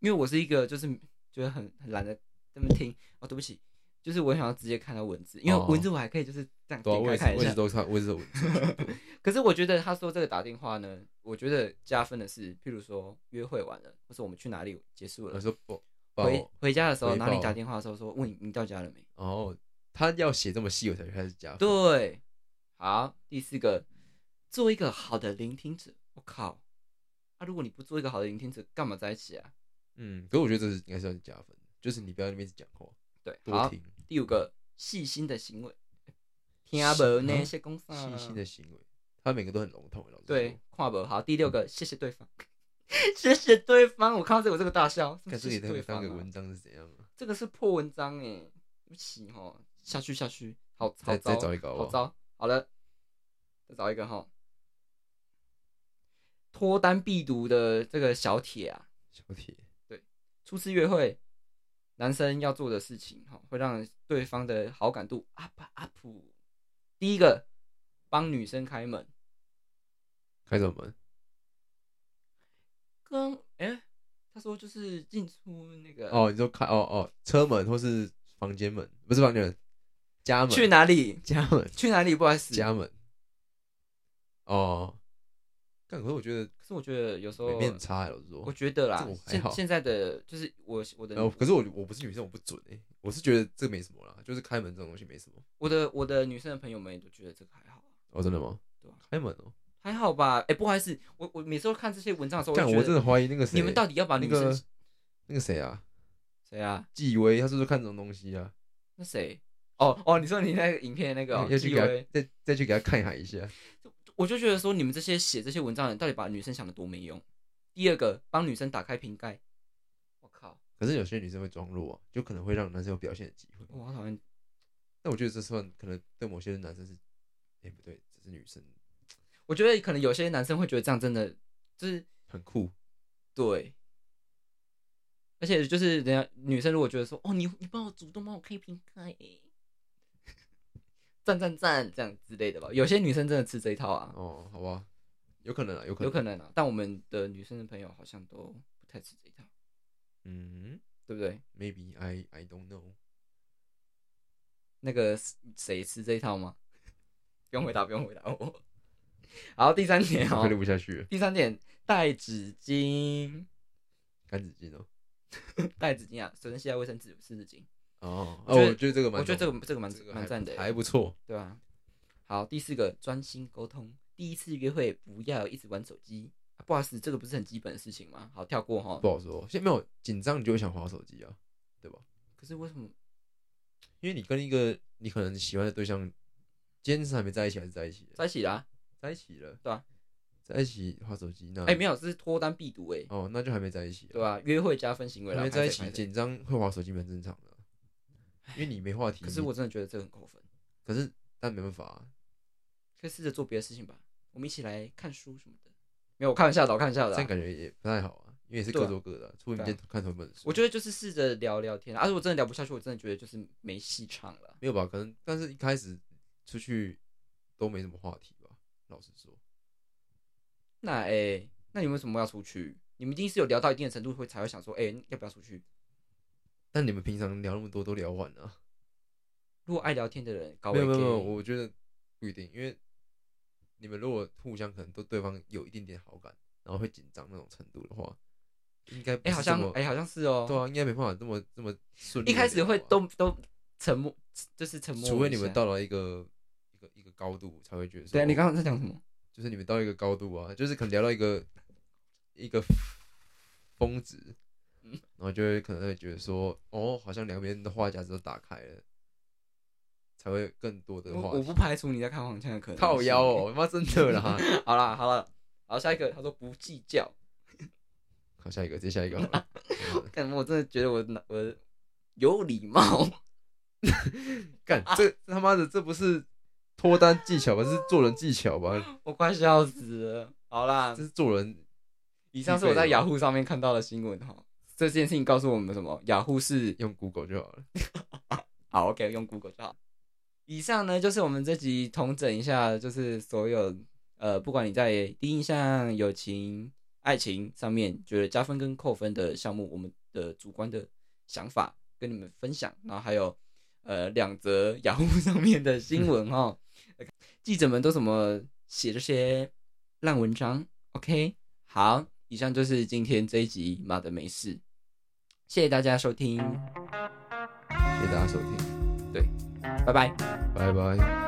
S1: 因为我是一个就是觉得很很懒得这么听。哦，对不起，就是我想要直接看到文字，因为
S2: 哦
S1: 文字我还可以就是这样
S2: 对啊，
S1: 点开
S2: 我也是
S1: 看一
S2: 我也
S1: 下
S2: 是。都看，我也是我
S1: 可是我觉得他说这个打电话呢，我觉得加分的是，譬如说约会完了，或者我们去哪里结束
S2: 我
S1: 了， [LAUGHS]
S2: 说不，不
S1: 回回家的时候，
S2: 哦回
S1: 然后你
S2: 报哦
S1: 打电话的时候说问你你到家了没？
S2: 然后他要写这么细，我才开始加分。
S1: 对，好，第四个，做一个好的聆听者。我靠，啊，如果你不做一个好的聆听者，干嘛在一起啊？
S2: 嗯，可是我觉得这是应该算是加分，就是你不要那边一直讲话，
S1: 对，
S2: 多
S1: 好，
S2: 听，
S1: 第五个，细心的行为。听阿伯那
S2: 啊
S1: 些公司
S2: 细心的行为，他每个都很笼统。老实
S1: 嗯对
S2: 说，，
S1: 跨博好。第
S2: 嗯
S1: 六个，谢谢对方，谢谢对方。我看到这个我这个大笑，
S2: 看这
S1: 谢
S2: 里
S1: 谢
S2: 那
S1: 对
S2: 个
S1: 方
S2: 当个
S1: 啊
S2: 文章是怎样啊？
S1: 这个是破文章哎，对不起哈，下去下去，好好
S2: 再
S1: 糟，
S2: 再找一个好哦不
S1: 好
S2: 好
S1: 糟，好了，再找一个哈，脱单必读的这个小铁啊，
S2: 小铁，
S1: 初次约会，男生要做的事情哈，会让对方的好感度 up up。第一个，帮女生开门，
S2: 开什么门？
S1: 跟哎、他说就是进出那个
S2: 哦，你说开哦哦，车门或是房间门，不是房间门，家门。
S1: 去哪里
S2: 家门，
S1: 去哪里，不好意思，
S2: 家门。哦，但可是我觉得
S1: 可是我觉得有时候
S2: 没面差欸，老实
S1: 我
S2: 说。
S1: 觉得啦
S2: 这我，还
S1: 现
S2: 好
S1: 现在的就是我我的、
S2: 呃，可是我我不是女生，我不准哎、我是觉得这个没什么啦，就是开门这种东西没什么。
S1: 我的我的女生的朋友们也都觉得这个还好，
S2: 哦，真的吗？
S1: 对啊
S2: 开门哦。
S1: 还好吧？哎、不好意思，我我每次都看这些文章的时候，
S2: 但
S1: 就
S2: 我
S1: 觉
S2: 真
S1: 得
S2: 的怀疑那个谁，
S1: 你们到底要把
S2: 那
S1: 女
S2: 个
S1: 生
S2: 那个谁啊，
S1: 谁啊？
S2: 纪薇，他是不是看这种东西啊？
S1: 那谁？哦哦，你说你那个影片那个、哦
S2: 要去
S1: 纪
S2: 给他
S1: 薇
S2: 再再去给他看一下一下。
S1: 我就觉得说你们这些写这些文章的人，到底把女生想的多没用？第二个，帮女生打开瓶盖，我靠，
S2: 可是有些女生会装弱啊，就可能会让男生有表现的机会。
S1: 我好讨厌。
S2: 但我觉得这算可能对某些男生是，哎、不对，只是女生
S1: 我觉得可能有些男生会觉得这样真的就是
S2: 很酷。
S1: 对，而且就是人家女生如果觉得说，哦，你你帮我主动帮我开瓶盖欸，赞赞赞这样之类的吧。有些女生真的吃这一套啊，
S2: 哦，好吧，有可能啊，有可能，
S1: 有可能啊。但我们的女生的朋友好像都不太吃这一套，
S2: 嗯
S1: 对不对？
S2: ，maybe I I don't know。
S1: 那个谁吃这一套吗？ [LAUGHS] 不用回答，不用回答我。 [LAUGHS] 好，第三点
S2: 我
S1: 哦
S2: 快，录不下去了，
S1: 第三点带纸巾，
S2: 干纸
S1: [LAUGHS]
S2: 巾哦。
S1: 带纸巾啊，首先携带卫生纸、湿纸巾。
S2: 哦，
S1: 我
S2: 哦，
S1: 觉得
S2: 我觉得这个
S1: 我觉得这
S2: 蛮懂的，
S1: 个这个蛮
S2: 这个
S1: 蛮
S2: 还
S1: 赞的欸，
S2: 还不错。
S1: 对啊。好，第四个专心沟通。第一次约会不要一直玩手机、啊不好意思，这个不是很基本的事情吗？好，跳过哈
S2: 不。好说，现在没有紧张，你就会想划手机啊，对吧？
S1: 可是为什么？
S2: 因为你跟一个你可能喜欢的对象，今天是还没在一起，还是在一起了？
S1: 在一起啦、啊
S2: 在一起了，
S1: 对啊，
S2: 在一起划手机那
S1: 哎、没有，这是脱单必读哎、
S2: 嗯哦，那就还没在一起，
S1: 对吧、啊约会加分行为
S2: 还
S1: 啦，
S2: 没在一
S1: 拍
S2: 起
S1: 谁拍谁
S2: 紧张会划手机蛮正常的啊，因为你没话题。
S1: 可是我真的觉得这个很扣分，
S2: 可是但没办法啊，
S1: 可以试着做别的事情吧。我们一起来看书什么的。没有，我开玩笑的，我开玩笑
S2: 这
S1: 的
S2: 样
S1: 啊。
S2: 感觉也不太好啊，因为也是
S1: 对啊
S2: 各做各的啊，除非你今天看同一本书。
S1: 我觉得就是试着聊聊天啊，如果真的聊不下去，我真的觉得就是没戏唱了。
S2: 没有吧，可能但是一开始出去都没什么话题吧，老实说。
S1: 那哎、那你们为什么要出去？你们一定是有聊到一定的程度会才会想说，哎、要不要出去？
S2: 但你们平常聊那么多都聊完了、
S1: 如果爱聊天的人，搞
S2: 没有
S1: 我
S2: 没
S1: 也
S2: 有没有，
S1: gay
S2: 我觉得不一定，因为你们如果互相可能对对方有一点点好感，然后会紧张那种程度的话，应该
S1: 哎、
S2: 不
S1: 好
S2: 是这
S1: 像
S2: 么
S1: 哎、好像是哦、
S2: 对啊，应该没办法这么这么顺利
S1: 一
S2: 地聊啊。
S1: 开始会都都沉默，就是沉默。
S2: 除非你们，到了一个一个一个高度才会觉得说。
S1: 对啊，你
S2: 哦
S1: 刚刚在讲什么？
S2: 就是你们到一个高度啊，就是可能聊到一个一个峰值，
S1: 嗯
S2: 然后就会可能会觉得说，哦，好像两边的话匣子都打开了，才会更多的话
S1: 我我
S2: 题。
S1: 不排除你在看黄腔的可能。
S2: 靠腰哦，，我妈真的啦！
S1: [LAUGHS] 好啦好了，好下一个，他说不计较。
S2: 好，下一个，接下一个好了。嗯
S1: 干，我真的觉得我脑我有礼貌，
S2: 干，这这他妈的这不是脱单技巧吧？这是做人技巧吧？
S1: 我快笑死了。好啦
S2: 这，是做人
S1: 以上是我在雅虎上面看到的新闻哈。这件事情告诉我们什么？雅虎是
S2: 用 Google 就好了。
S1: 好，OK，用 Google 就好。以上呢，就是我们这集统整一下，就是所有呃，不管你在第一印象、友情、爱情上面觉得加分跟扣分的项目，我们的主观的想法跟你们分享，然后还有呃两则雅虎上面的新闻哈，记者们都怎么写这些烂文章？OK，好，以上就是今天这一集妈的没事，谢谢大家收听，
S2: 谢谢大家收听，
S1: 拜拜。
S2: 拜拜。